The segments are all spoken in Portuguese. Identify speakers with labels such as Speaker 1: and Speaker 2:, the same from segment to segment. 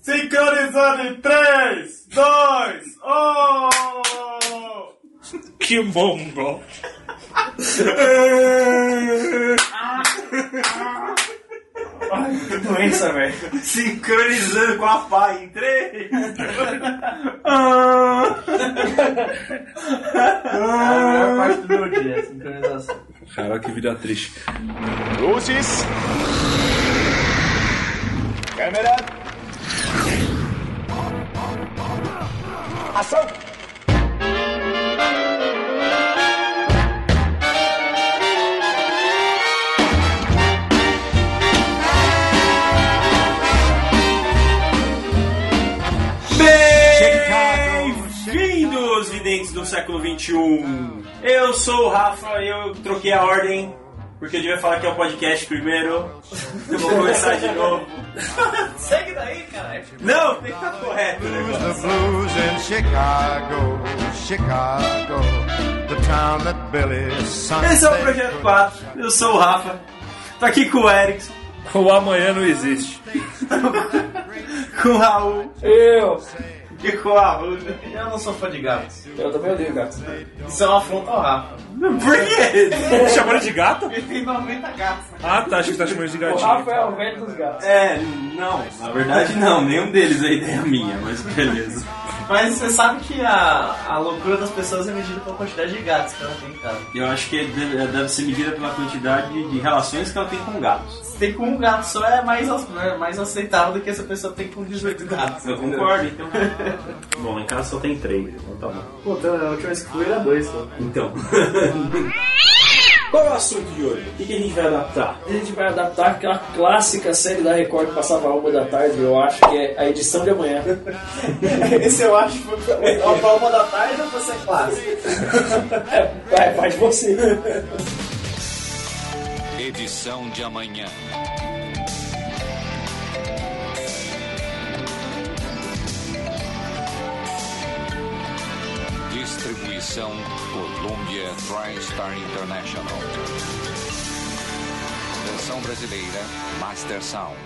Speaker 1: Sincronizando em 3, 2, 1!
Speaker 2: Que mongo!
Speaker 1: Ai, que doença, velho.
Speaker 3: Sincronizando com a pai em 3.
Speaker 4: A maior parte do meu dia, é sincronização.
Speaker 2: Cara, que vida triste.
Speaker 5: Luzes. Câmera. Ação.
Speaker 3: Bem-vindos, videntes do século XXI. Eu sou o Rafa e eu troquei a ordem. Porque eu devia falar que é o podcast primeiro. Eu vou começar de novo.
Speaker 4: Segue daí, cara.
Speaker 3: Não, tem que estar correto. né?
Speaker 6: The blues in Chicago, Chicago, the town that Billy Sunday.
Speaker 3: Esse é o Projeto 4. Eu sou o Rafa. Tô aqui com o Erickson,
Speaker 2: O amanhã não existe.
Speaker 3: com o Raul
Speaker 1: Eu,
Speaker 3: e com a Ruda.
Speaker 4: Eu não sou fã de gatos.
Speaker 1: eu também odeio gatos.
Speaker 4: Isso é uma afronta ao Rafa.
Speaker 3: Por quê?
Speaker 2: Tá chamando de gata?
Speaker 4: Ele tem 90 gatos. né?
Speaker 2: Ah, tá. Acho que tá chamando de
Speaker 1: O
Speaker 2: gatinho.
Speaker 1: Rafa é o velho dos gatos.
Speaker 3: É, não. Na verdade, não. Nenhum deles é ideia minha, mas beleza.
Speaker 4: Mas você sabe que a, a loucura das pessoas é medida pela quantidade de gatos que ela tem em casa.
Speaker 3: Eu acho que deve deve ser medida pela quantidade de relações que ela tem com gatos.
Speaker 4: Se tem com um gato só é mais, é mais aceitável do que essa pessoa tem com 18 gatos.
Speaker 3: Eu
Speaker 4: entendeu?
Speaker 3: concordo, então. bom, em casa só tem três, então tá bom.
Speaker 4: Puta, a última exclui era dois só.
Speaker 3: Então. Qual é o assunto de hoje? O que, que a gente vai adaptar?
Speaker 1: A gente vai adaptar aquela clássica série da Record que passava a uma da tarde, eu acho que é a edição de amanhã.
Speaker 4: Esse eu acho que foi a palma da tarde ou você é clássico?
Speaker 1: Vai, faz você.
Speaker 7: Edição de amanhã. Distribuição Columbia TriStar International. Versão brasileira Master Sound.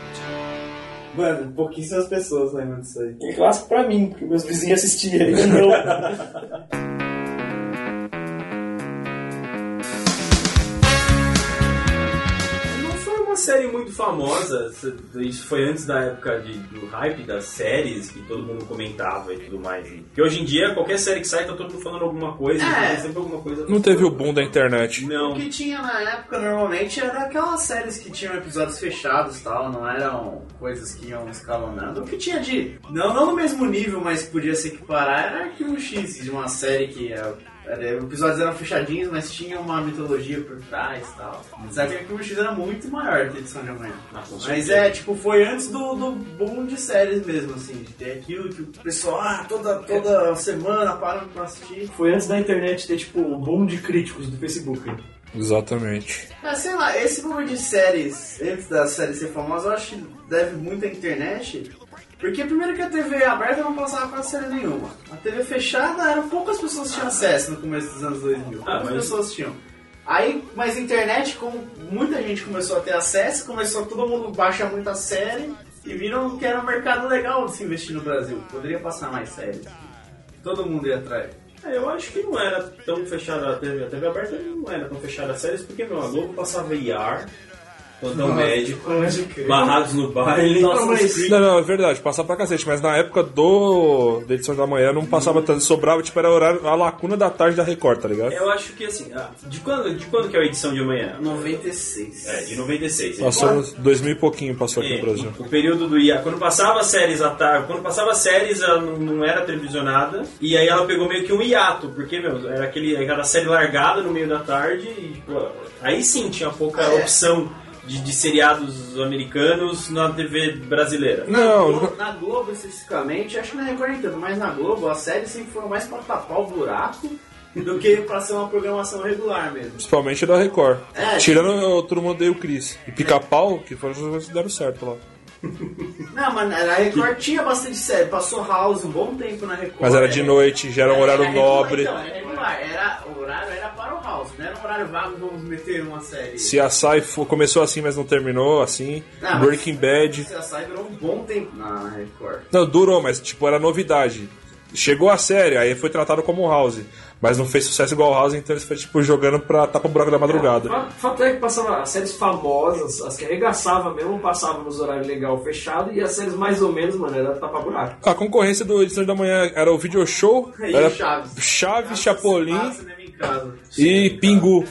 Speaker 4: Mano, pouquíssimas pessoas lembram disso aí.
Speaker 1: É clássico pra mim, porque meus vizinhos assistiam. Eu não.
Speaker 3: Não foi uma série muito famosa, isso foi antes da época de- do hype das séries, que todo mundo comentava e tudo mais. Porque hoje em dia, qualquer série que sai, tá todo mundo falando alguma coisa,
Speaker 4: É.
Speaker 3: sempre alguma coisa.
Speaker 2: Não teve o boom da internet.
Speaker 3: Não.
Speaker 4: O que tinha na época normalmente era aquelas séries que tinham episódios fechados e tal, não eram coisas que iam escalonando. O que tinha de. Não, não no mesmo nível, mas podia se equiparar era arquivo X de uma série que é, era- episódios eram fechadinhos, mas tinha uma mitologia por trás e tal. Apesar que arquivo X era muito maior que a edição de amanhã.
Speaker 3: Ah, com
Speaker 4: Mas
Speaker 3: certeza.
Speaker 4: é, tipo, foi antes do, do boom de séries mesmo, assim, de ter aquilo que o pessoal, ah, toda, toda semana param pra assistir.
Speaker 8: Foi antes da internet ter, tipo, um boom de críticos do Facebook. né?
Speaker 2: Exatamente.
Speaker 4: Mas sei lá, esse momento de séries, antes da série ser famosa, eu acho que deve muito à internet. Porque primeiro que a TV aberta não passava quase série nenhuma. A TV fechada eram poucas pessoas que tinham acesso no começo dos anos 2000.
Speaker 3: Ah,
Speaker 4: Poucas
Speaker 3: mas-
Speaker 4: pessoas tinham. Aí, mas a internet, como muita gente começou a ter acesso, começou todo mundo baixar muita série e viram que era um mercado legal de se investir no Brasil. Poderia passar mais séries. Todo mundo ia atrás.
Speaker 3: É, eu acho que não era tão fechada a TV, a TV aberta não era tão fechada as séries, porque meu, a Globo passava IR, plantão médico, barrados no baile, Assassin's Creed.
Speaker 2: Não, não, é verdade. Passava pra cacete. Mas na época do... da edição da manhã não passava tanto. Sobrava, tipo, era o horário, a lacuna da tarde da Record, tá ligado?
Speaker 3: Eu acho que assim, ah, de quando, de quando que é a edição de amanhã?
Speaker 4: 96.
Speaker 3: É, de 96.
Speaker 2: Passou uns dois mil e pouquinho passou aqui
Speaker 3: É,
Speaker 2: no Brasil.
Speaker 3: O período do IA, quando passava séries à tarde, quando passava séries, ela não, não era televisionada, e aí ela pegou meio que um hiato, porque, meu, era aquele, aquela série largada no meio da tarde, e tipo, aí sim tinha pouca opção de, de seriados americanos na TV brasileira.
Speaker 2: Não,
Speaker 4: Globo- na Globo especificamente, acho que na Record nem tanto, mas na Globo as séries sempre foram mais pra tapar o buraco do que pra ser uma programação regular mesmo.
Speaker 2: Principalmente da Record.
Speaker 4: É.
Speaker 2: Tirando o Todo Mundo Odeia o Chris. E Pica-Pau, que foram as coisas que deram certo lá.
Speaker 4: Não, mas na- na Record tinha bastante série, passou House um bom tempo na Record.
Speaker 2: Mas era de noite, já era um horário
Speaker 4: regular,
Speaker 2: nobre.
Speaker 4: é. Então, era regular, era, o horário era para o House, não era um horário vago, vamos meter uma série.
Speaker 2: Se a Sai começou assim, mas não terminou assim.
Speaker 4: Ah, mas-
Speaker 2: Breaking Bad.
Speaker 4: Se a sai virou um bom tempo na Record.
Speaker 2: Não, durou, mas tipo, era novidade. Chegou a série, aí foi tratado como um House. Mas não fez sucesso igual House, então eles foram, tipo, jogando pra tapa o buraco da madrugada.
Speaker 8: Fa- Fato é que passava as séries famosas, as que arregaçavam mesmo, passavam nos horários legal fechado e as séries mais ou menos, mano, era tapa-buraco.
Speaker 2: A concorrência do Edição da Manhã era o Video Show,
Speaker 4: E
Speaker 2: era
Speaker 4: Chaves.
Speaker 2: Chaves, Chapolin
Speaker 4: Passa cinema em casa.
Speaker 2: e Pingu.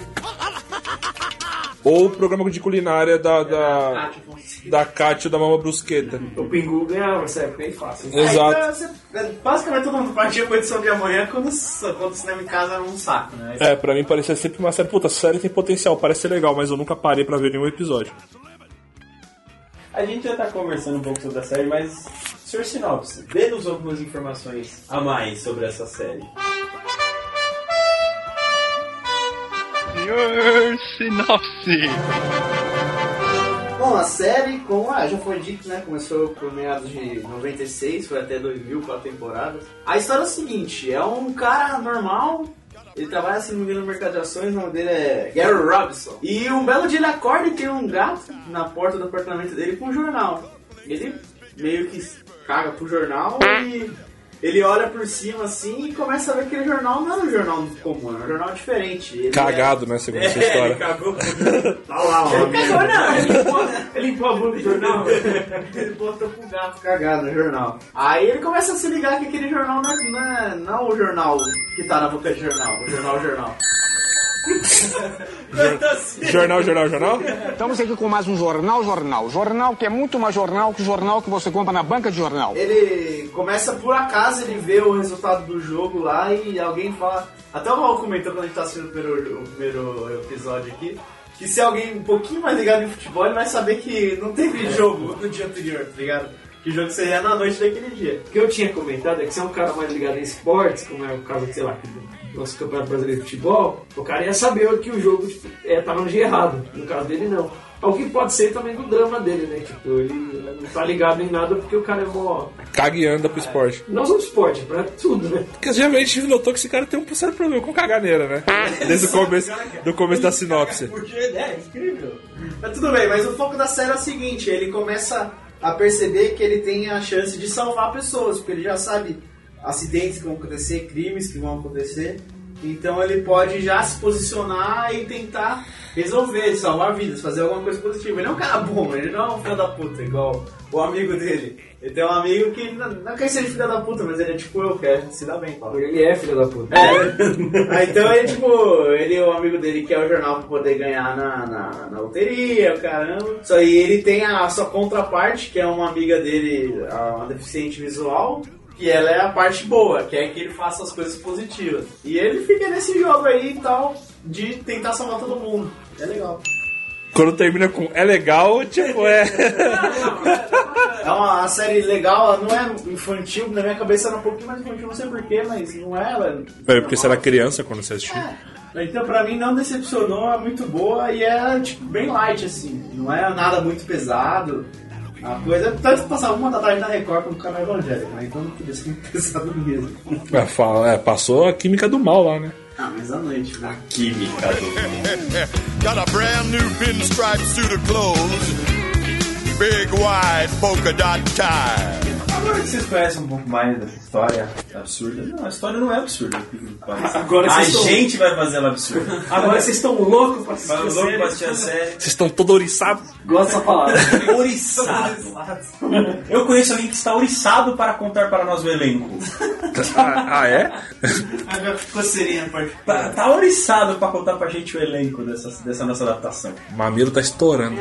Speaker 2: Ou o programa de culinária da, da,
Speaker 4: Ah, que bom.
Speaker 2: da Cátia da Mama Brusqueta.
Speaker 8: O Pingu ganhava essa época, nem fácil.
Speaker 4: Aí,
Speaker 2: Exato.
Speaker 4: então, você- basicamente todo mundo partia pra edição de amanhã quando, quando o cinema em casa era um saco, né?
Speaker 2: É, pra mim parecia sempre uma série. Puta, essa série tem potencial, parece ser legal, mas eu nunca parei pra ver nenhum episódio.
Speaker 3: A gente já tá conversando um pouco sobre a série, mas, Sr. Sinopse, dê-nos algumas informações a mais sobre essa série.
Speaker 5: Senhor Sinopse.
Speaker 4: Bom, a série, como ah, já foi dito, né? Começou por meados de 96, foi até 2000, quatro temporadas. A história é o seguinte, é um cara normal, ele trabalha, se não me engano, no mercado de ações, o nome dele é Gary Robinson. E um belo dia ele acorda e tem um gato na porta do apartamento dele com um jornal. Ele meio que caga pro jornal e ele olha por cima assim e começa a ver que aquele jornal não é um jornal comum, é um jornal diferente. Ele é-
Speaker 2: Cagado, né, segundo essa história.
Speaker 3: cagou.
Speaker 4: Tá lá, ó.
Speaker 8: Ele cagou, não, ele limpou- ele limpou a bunda do jornal.
Speaker 4: Ele botou pro gato cagado no jornal. Aí ele começa a se ligar que aquele jornal não é, não é- não é o jornal que tá na boca de jornal, o jornal jornal.
Speaker 2: Jornal, jornal, jornal?
Speaker 9: Estamos aqui com mais um jornal, jornal. Jornal que é muito mais jornal que o jornal que você compra na banca de jornal.
Speaker 4: Ele começa por acaso, ele vê o resultado do jogo lá e alguém fala. Até o Raul comentou quando a gente tá assistindo o primeiro, o primeiro episódio aqui. Que se alguém um pouquinho mais ligado em futebol, ele vai saber que não teve jogo É, no dia anterior, tá ligado? Que jogo seria na noite daquele dia.
Speaker 8: O que eu tinha comentado é que se é um cara mais ligado em esportes, como é o caso, sei lá, do nosso campeonato brasileiro de futebol, o cara ia saber que o jogo tipo, é, tava no dia errado. No caso dele, não. É O que pode ser também do drama dele, né? Tipo, ele não tá ligado em nada porque o cara é mó.
Speaker 2: Caga e anda pro esporte.
Speaker 8: Não só do esporte, pra tudo, né?
Speaker 2: Porque geralmente a gente notou que esse cara tem um sério problema com caganeira, né? Desde o começo, do começo da sinopse.
Speaker 3: Porque, é, incrível.
Speaker 4: né, Mas tudo bem, mas o foco da série é o seguinte, ele começa a perceber que ele tem a chance de salvar pessoas, porque ele já sabe acidentes que vão acontecer, crimes que vão acontecer. Então ele pode já se posicionar e tentar resolver, salvar vidas, fazer alguma coisa positiva. Ele é um cara bom, ele não é um filho da puta, igual o amigo dele. Ele tem um amigo que não, não quer ser filho da puta, mas ele é tipo eu, quer se dar bem. Paulo.
Speaker 8: Ele é filho da puta.
Speaker 4: É. Ah, então ele, tipo, ele o amigo dele quer o jornal pra poder ganhar na, na, na loteria, caramba. Só e ele tem a sua contraparte, que é uma amiga dele, a- uma deficiente visual. Que ela é a parte boa, quer que ele faça as coisas positivas. E ele fica nesse jogo aí e tal, de tentar salvar todo mundo. É legal.
Speaker 2: Quando termina com é legal, tipo, é.
Speaker 4: É uma série legal, ela não é infantil, na minha cabeça era um pouquinho mais infantil, não sei porquê, mas não é. Ela...
Speaker 2: É, porque você era criança quando você assistiu.
Speaker 4: Então, pra mim, não decepcionou, é muito boa e é, tipo, bem light, assim. Não é nada muito pesado. A coisa... Tanto que passava uma da tarde na Record como canal evangélico, né? Então não podia ser muito pesado mesmo.
Speaker 2: É, fala- é, passou a química do mal lá, né?
Speaker 4: Ah, mas à noite, né?
Speaker 3: Química do...
Speaker 6: Got a brand new pinstripe suit of clothes. Big wide polka dot tie.
Speaker 3: Agora que vocês conhecem um pouco mais dessa história absurda... Não, a história não é absurda. por incrível que pareça.
Speaker 8: Agora
Speaker 3: a
Speaker 8: vocês estão-
Speaker 3: gente vai fazer ela absurda.
Speaker 8: Agora vocês estão loucos pra
Speaker 3: Mas o
Speaker 8: assistir. a
Speaker 3: louco
Speaker 8: série.
Speaker 3: pra assistir a série...
Speaker 2: Vocês estão todo oriçados.
Speaker 8: Gosto dessa palavra.
Speaker 3: Oriçado. Eu conheço alguém que está oriçado para contar para nós o elenco.
Speaker 2: Ah, ah, é?
Speaker 4: Agora ficou serena, pode...
Speaker 3: Tá, tá oriçado para contar pra gente o elenco dessa, dessa nossa adaptação.
Speaker 2: O mamilo tá estourando.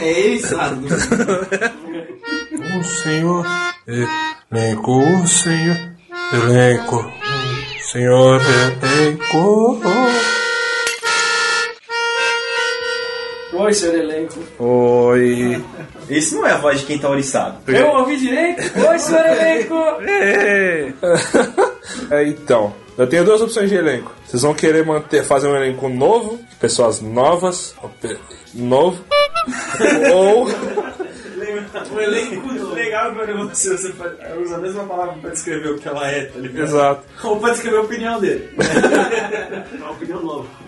Speaker 4: É isso, sabe?
Speaker 2: O Um senhor elenco, o senhor elenco, o senhor elenco.
Speaker 8: Oi, senhor elenco.
Speaker 2: Oi.
Speaker 3: Esse não é a voz de quem tá oriçado.
Speaker 8: Eu ouvi direito? Oi, senhor elenco.
Speaker 2: É, então, eu tenho duas opções de elenco. Vocês vão querer manter, fazer um elenco novo, pessoas novas, ou pe- novo, ou
Speaker 10: É.
Speaker 3: O elenco legal é quando você, você usa a mesma palavra pra descrever o que ela é, tá ligado?
Speaker 2: exato,
Speaker 3: Ou pra descrever a opinião dele.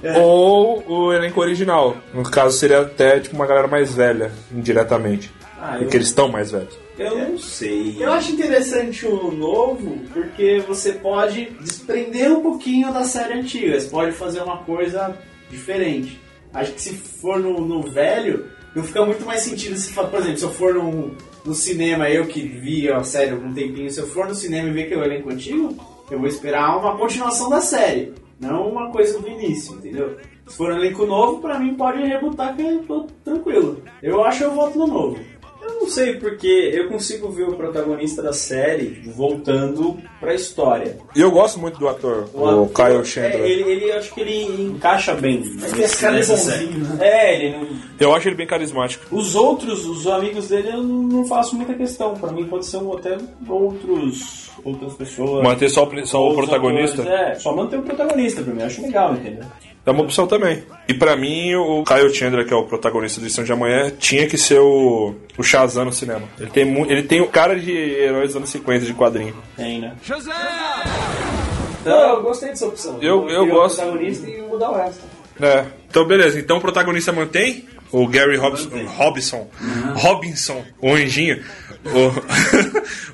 Speaker 3: É
Speaker 10: É.
Speaker 2: ou o elenco original. No caso seria até tipo uma galera mais velha, indiretamente.
Speaker 10: Ah, eu,
Speaker 2: Porque eles estão mais velhos.
Speaker 10: eu
Speaker 3: É.
Speaker 10: não sei.
Speaker 4: Eu acho interessante o novo, porque você pode desprender um pouquinho da série antiga, você pode fazer uma coisa diferente. Acho que se for no, no velho, não fica muito mais sentido se for, por exemplo, se eu for no, no cinema, eu que vi a série há algum tempinho, se eu for no cinema e ver que é o elenco antigo, eu vou esperar uma continuação da série, não uma coisa do início, entendeu? Se for um elenco novo, pra mim pode
Speaker 10: tá
Speaker 4: rebutar que eu tô tranquilo. Eu acho que eu voto no novo.
Speaker 10: Eu não sei porque eu consigo ver o protagonista da série voltando pra história.
Speaker 2: E eu gosto muito do ator, o,
Speaker 10: ator-
Speaker 2: Kyle
Speaker 10: É,
Speaker 2: Chandler.
Speaker 10: ele, ele acho que ele encaixa bem. nesse-
Speaker 4: cara de
Speaker 10: nessa
Speaker 4: bonzinho, né?
Speaker 10: série. É, ele não-
Speaker 2: Eu acho ele bem carismático.
Speaker 10: Os outros, os amigos dele, eu não faço muita questão. Pra mim pode ser um até outros outras pessoas.
Speaker 2: Manter só, o pri- só o
Speaker 10: Outros
Speaker 2: protagonista
Speaker 10: atores, é, só manter o protagonista pra mim, eu acho legal, entendeu?
Speaker 2: é uma opção também. E pra mim, o Kyle Chandler, que é o protagonista do Lição de Amanhã, tinha que ser o, o Shazam no cinema. Ele tem, mu- ele tem o cara de heróis dos anos 50 de quadrinho.
Speaker 10: Tem, né? Então,
Speaker 8: Não, eu gostei dessa opção.
Speaker 2: Eu- eu
Speaker 8: queria
Speaker 2: gosto.
Speaker 8: O protagonista e mudar o resto.
Speaker 2: É. Então, beleza. Então, o protagonista mantém o Gary Robson. Robinson. Robinson, o anjinho.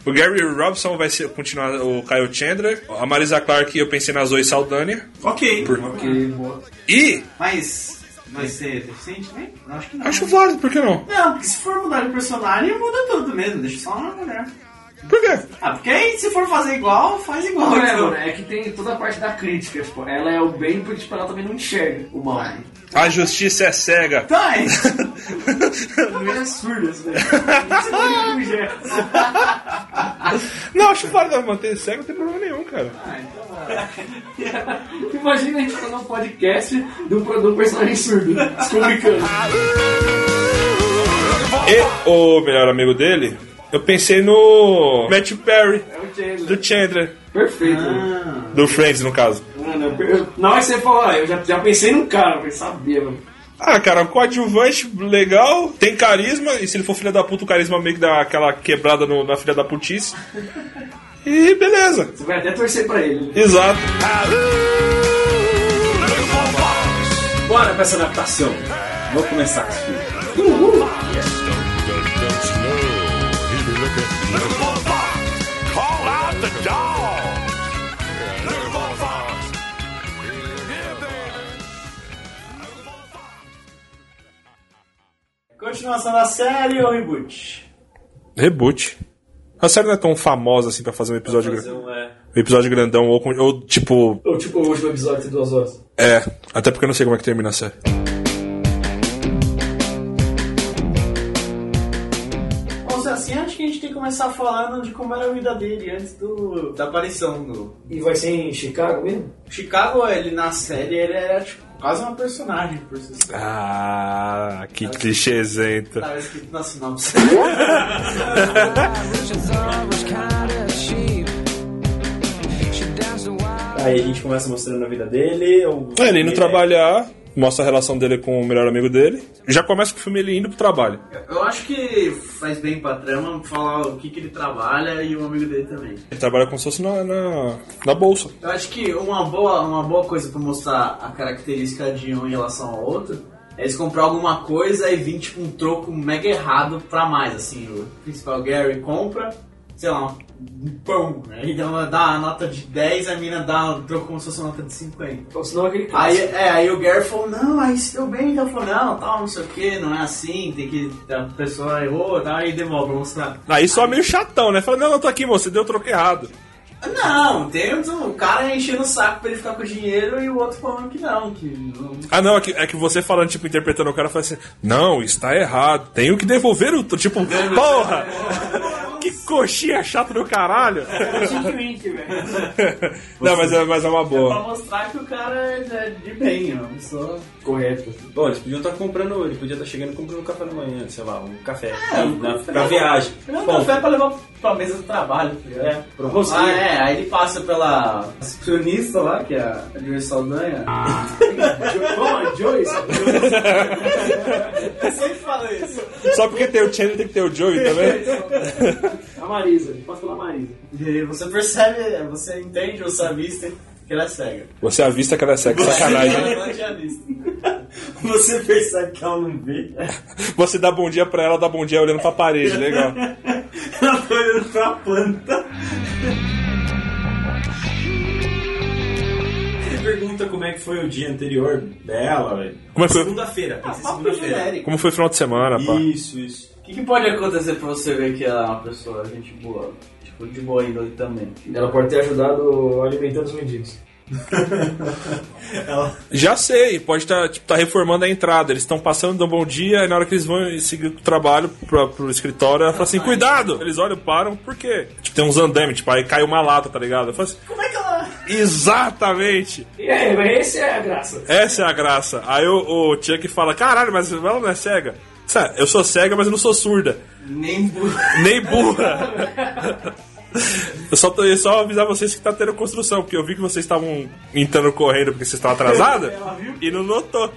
Speaker 2: O, o Gary Robson vai ser, continuar o Kyle Chandler. A Marisa Clark, eu pensei na Zoe Saldania.
Speaker 4: Ok.
Speaker 2: E
Speaker 4: Mas vai ser deficiente, né? Eu Acho que não.
Speaker 2: acho válido, por que não?
Speaker 4: Não, porque se for mudar de personagem, muda tudo mesmo. Deixa só uma mulher.
Speaker 2: Por quê?
Speaker 4: Ah, porque aí se for fazer igual, faz igual.
Speaker 8: Não, é,
Speaker 4: tipo.
Speaker 8: mano, é que tem toda a parte da crítica, tipo, ela é o bem porque tipo, ela também não enxerga o mal.
Speaker 2: A justiça é cega.
Speaker 4: Então é isso.
Speaker 8: É absurdo isso daí.
Speaker 4: né?
Speaker 8: Você
Speaker 4: é
Speaker 8: não
Speaker 4: um
Speaker 8: enxerga.
Speaker 2: Não, acho válido manter cego, não tem problema nenhum, cara.
Speaker 8: Imagina a gente fazer um podcast do, do personagem surdo, se comunicando.
Speaker 2: E o melhor amigo dele, eu pensei no Matthew Perry,
Speaker 8: É o Chandler.
Speaker 2: do Chandler.
Speaker 8: Perfeito.
Speaker 2: Do Friends, no caso.
Speaker 8: Mano, eu, eu, na hora que você falou, ah, eu já, já pensei num cara, eu falei, sabia, mano.
Speaker 2: Ah, cara, um coadjuvante legal, tem carisma, e se ele for filha da puta, o carisma meio que dá aquela quebrada no- na filha da putice. E beleza,
Speaker 8: Você vai até torcer pra ele.
Speaker 2: exato.
Speaker 10: Bora pra essa adaptação. Vou começar com isso.
Speaker 6: Call out the dog. Little Bull Fox. Yeah, baby.
Speaker 4: Continuação da série ou reboot?
Speaker 2: Reboot. A série não é tão famosa assim pra fazer um episódio,
Speaker 10: Fazer
Speaker 2: gran-
Speaker 10: um, é,
Speaker 2: um episódio grandão, ou, com- ou tipo.
Speaker 8: Ou tipo, o último episódio tem duas horas.
Speaker 2: É, até porque eu não sei como é que termina a série.
Speaker 4: Ou seja, assim, acho que a gente tem que começar falando de como era a vida dele antes do, da aparição do.
Speaker 8: E vai ser em Chicago mesmo?
Speaker 4: Chicago, ele na série, ele era tipo, quase uma personagem, por si só.
Speaker 2: Ah, que clichêzento.
Speaker 4: Tava escrito na sinopse.
Speaker 10: Aí a gente começa mostrando a vida dele. o-
Speaker 2: É, ele indo trabalhar, mostra a relação dele com o melhor amigo dele. Já começa com o filme ele indo pro trabalho.
Speaker 4: Eu acho que faz bem pra trama falar o que, que ele trabalha e o amigo dele também.
Speaker 2: Ele trabalha como se fosse na, na, na bolsa.
Speaker 4: Eu acho que uma boa, uma boa coisa pra mostrar a característica de um em relação ao outro é eles comprar alguma coisa e vir tipo um troco mega errado pra mais, assim. O principal Gary compra, sei lá, um pão, né? Aí dá, uma, dá a nota de 10, a mina dá um troco como se fosse uma nota de 50.
Speaker 8: Ou Então, senão aquele cara.
Speaker 4: Aí, é, aí o Gary falou, não, aí se deu bem, então falou, não, tal, não sei o que, não é assim, tem que. A pessoa errou, tal, aí devolve, vamos mostrar.
Speaker 2: Aí só meio chatão, né? Fala, não, não, tô aqui, moço, você deu o troco errado.
Speaker 4: Não, tem um o cara enchendo o saco pra ele ficar com o dinheiro e o outro falando que não, que não.
Speaker 2: Ah, não, é que, é que você falando, tipo, interpretando o cara, fala assim, não, está errado, tenho que devolver o troco. Tipo, porra! Que coxinha chata do caralho! não, mas é, mas é uma
Speaker 4: É Pra
Speaker 2: boa.
Speaker 4: mostrar que o cara é de bem, ó. Só...
Speaker 8: Correto.
Speaker 10: Bom, eles podiam estar comprando, ele podia estar chegando e comprando um café da manhã, sei lá, um café.
Speaker 3: É,
Speaker 10: na, pra viagem.
Speaker 4: Primeiro
Speaker 10: Bom,
Speaker 4: café pra levar pra mesa do trabalho, tá ligado?
Speaker 10: É, pro rosto.
Speaker 4: Ah, é, aí ele passa pela espionista lá, que é a Julia Saldanha.
Speaker 8: Bom, Joyce.
Speaker 4: Eu sempre falo isso.
Speaker 2: Só porque tem o Chandler tem que ter o Joey também.
Speaker 8: A Marisa, posso falar Marisa.
Speaker 4: E você percebe, você entende ou sabe que ela é cega.
Speaker 2: Você avista que ela é sexo, sacanagem.
Speaker 4: Ela é diarista.
Speaker 3: Você percebe que ela não vê.
Speaker 2: Você dá bom dia pra ela, dá bom dia olhando pra parede, legal.
Speaker 3: Ela tá olhando pra planta. Ele pergunta como é que foi o dia anterior dela, velho.
Speaker 2: Como é que foi?
Speaker 3: Segunda-feira. tem que ser
Speaker 4: Papo
Speaker 3: segunda-feira.
Speaker 4: genérico.
Speaker 2: Como foi o final de semana, pá?
Speaker 3: Isso, isso.
Speaker 4: O que, que pode acontecer pra você ver que ela é uma pessoa, gente boa? Tipo, de boa índole também.
Speaker 8: Ela pode ter ajudado alimentando os mendigos.
Speaker 3: Ela...
Speaker 2: Já sei, pode estar tipo, tá reformando a entrada. Eles estão passando, dão bom dia, e na hora que eles vão seguir o trabalho pra, pro escritório, ela fala assim: cuidado! Eles olham, param, por quê? Tipo, tem uns andames, tipo, aí caiu uma lata, tá ligado? Eu falo assim:
Speaker 4: Como é que ela.
Speaker 2: exatamente!
Speaker 8: E aí, mas essa é a graça.
Speaker 2: Essa é a graça. Aí o, o Chuck fala: caralho, mas ela não é cega. Sabe, Eu sou cega, mas eu não sou surda.
Speaker 4: Nem bu-
Speaker 2: Nem burra. Eu só, tô, eu só avisar vocês que tá tendo construção, porque eu vi que vocês estavam entrando correndo porque vocês estavam atrasados e não notou.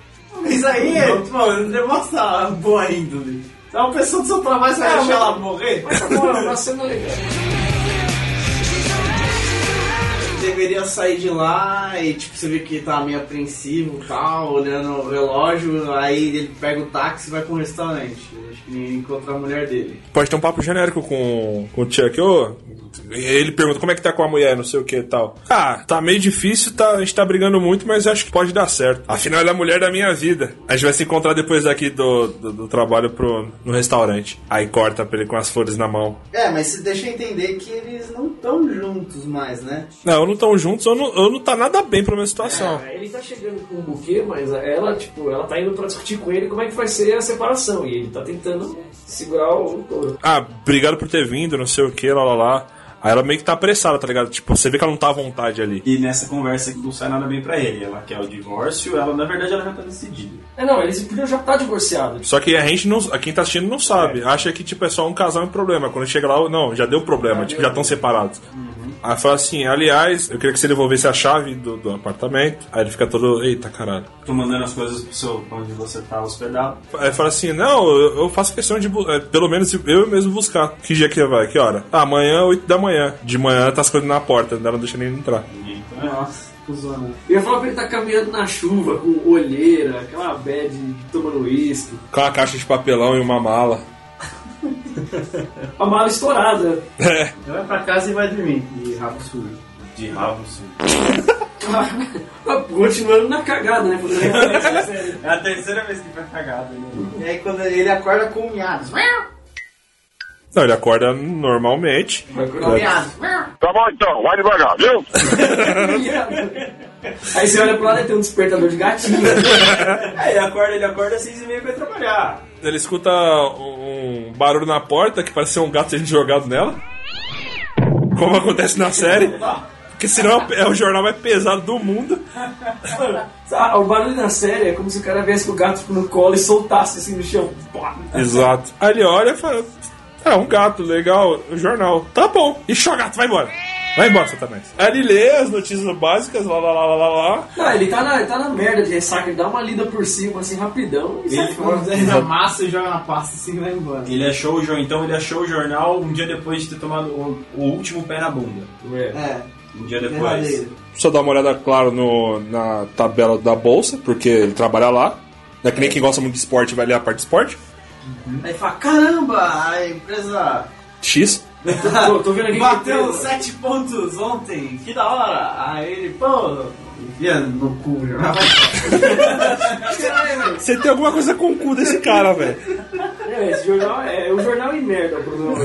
Speaker 4: Isso aí, é, mano, não demonstra uma boa índole. É uma pessoa que só trabalha, você vai deixar ela morrer?
Speaker 8: Mas tá bom, é uma cena legal.
Speaker 4: Deveria sair de lá e, tipo, você vê que tá meio apreensivo e tal, olhando o relógio, aí ele pega o táxi e vai pra um restaurante. Acho que encontra a mulher dele.
Speaker 2: Pode ter um papo genérico com, com o Chuck. Ô, ele pergunta como é que tá com a mulher, não sei o que e tal. Ah, tá meio difícil, tá, a gente tá brigando muito, mas acho que pode dar certo. Afinal, ela é a mulher da minha vida. A gente vai se encontrar depois daqui do, do, do trabalho pro, no restaurante. Aí corta pra ele com as flores na mão.
Speaker 4: É, mas se deixa entender que eles não estão juntos mais, né?
Speaker 2: Não, ou não tão juntos, ou não, ou não tá nada bem pra minha situação.
Speaker 8: Ele tá chegando com um buquê, mas ela, tipo, ela tá indo pra discutir com ele como é que vai ser a separação. E ele tá tentando segurar o touro.
Speaker 2: Ah, obrigado por ter vindo, não sei o que, lá lá lá. Aí ela meio que tá apressada, tá ligado? Tipo, você vê que ela não tá à vontade ali.
Speaker 3: E nessa conversa que não sai nada bem pra ele. Ela quer o divórcio, ela na verdade ela já tá decidida.
Speaker 8: É, não, eles podiam já tá divorciado.
Speaker 2: Só que a gente não. a Quem tá assistindo não sabe. Acha que, tipo, é só um casal em problema. Quando chega lá, não, já deu problema, tipo, já estão separados. Aí fala assim, aliás, eu queria que você devolvesse a chave do, do apartamento. Aí ele fica todo, eita caralho.
Speaker 3: Tô mandando as coisas pro seu onde você tá hospedado.
Speaker 2: Aí fala assim, não, eu, eu faço questão de, bu- é, pelo menos eu mesmo buscar. Que dia que vai? Que hora? Ah, amanhã, 8 da manhã. De manhã tá as coisas na porta, ela não deixa nem entrar.
Speaker 3: Então, é.
Speaker 8: Nossa, cuzona. Eu ia falar pra ele tá caminhando na chuva, com olheira, aquela bad tomando uísque.
Speaker 2: Com uma caixa de papelão e uma mala.
Speaker 8: A mala estourada.
Speaker 2: É.
Speaker 4: Ele vai pra casa e vai dormir.
Speaker 8: E rabo sujo.
Speaker 3: De rabo, sim.
Speaker 8: Tá Continuando na cagada, né? Quando ele aparece, sério.
Speaker 3: É a terceira vez que vai cagada, né?
Speaker 4: E aí quando ele acorda com um miados.
Speaker 2: Não, ele acorda normalmente.
Speaker 4: Com miados.
Speaker 6: Tá bom então, vai devagar, viu?
Speaker 8: Aí você olha pro lado e tem um despertador de gatinho.
Speaker 3: É, ele acorda, ele acorda às seis e meia pra ir trabalhar.
Speaker 2: Ele escuta um barulho na porta que parece ser um gato sendo jogado nela. Como acontece na série. Porque senão é o jornal mais pesado do mundo.
Speaker 8: Ah, o barulho na série é como se o cara viesse com o gato tipo, no colo e soltasse assim no chão. Pá.
Speaker 2: Exato. Aí ele olha e fala: É um gato, legal, o jornal. Tá bom. E o gato, vai embora. Vai embora, Satanás. Aí ele lê as notícias básicas, lá, lá, lá, lá, lá, lá.
Speaker 8: Não, ele tá na, ele tá na merda de ressaca, ele dá uma lida por cima, assim, rapidão. E sai fora.
Speaker 4: Ele amassa e joga na pasta assim e vai embora.
Speaker 3: Ele achou o jornal, então ele achou o jornal um dia depois de ter tomado o, o último pé na bunda.
Speaker 4: É.
Speaker 3: Um dia depois.
Speaker 4: Verdadeiro.
Speaker 2: Só dá uma olhada, claro, no, na tabela da bolsa, porque ele trabalha lá. Não é que nem quem gosta muito de esporte vai ler a parte de esporte.
Speaker 4: Aí fala, caramba, a empresa
Speaker 2: X.
Speaker 8: Tô, tô vendo aqui
Speaker 4: bateu
Speaker 8: que tem-
Speaker 4: 7 pontos ontem, que da hora. Aí ele, pô, enfia no cu já. Caralho,
Speaker 2: Você tem alguma coisa com o cu desse cara, velho.
Speaker 8: É, esse jornal é, é um jornal em merda, Bruno.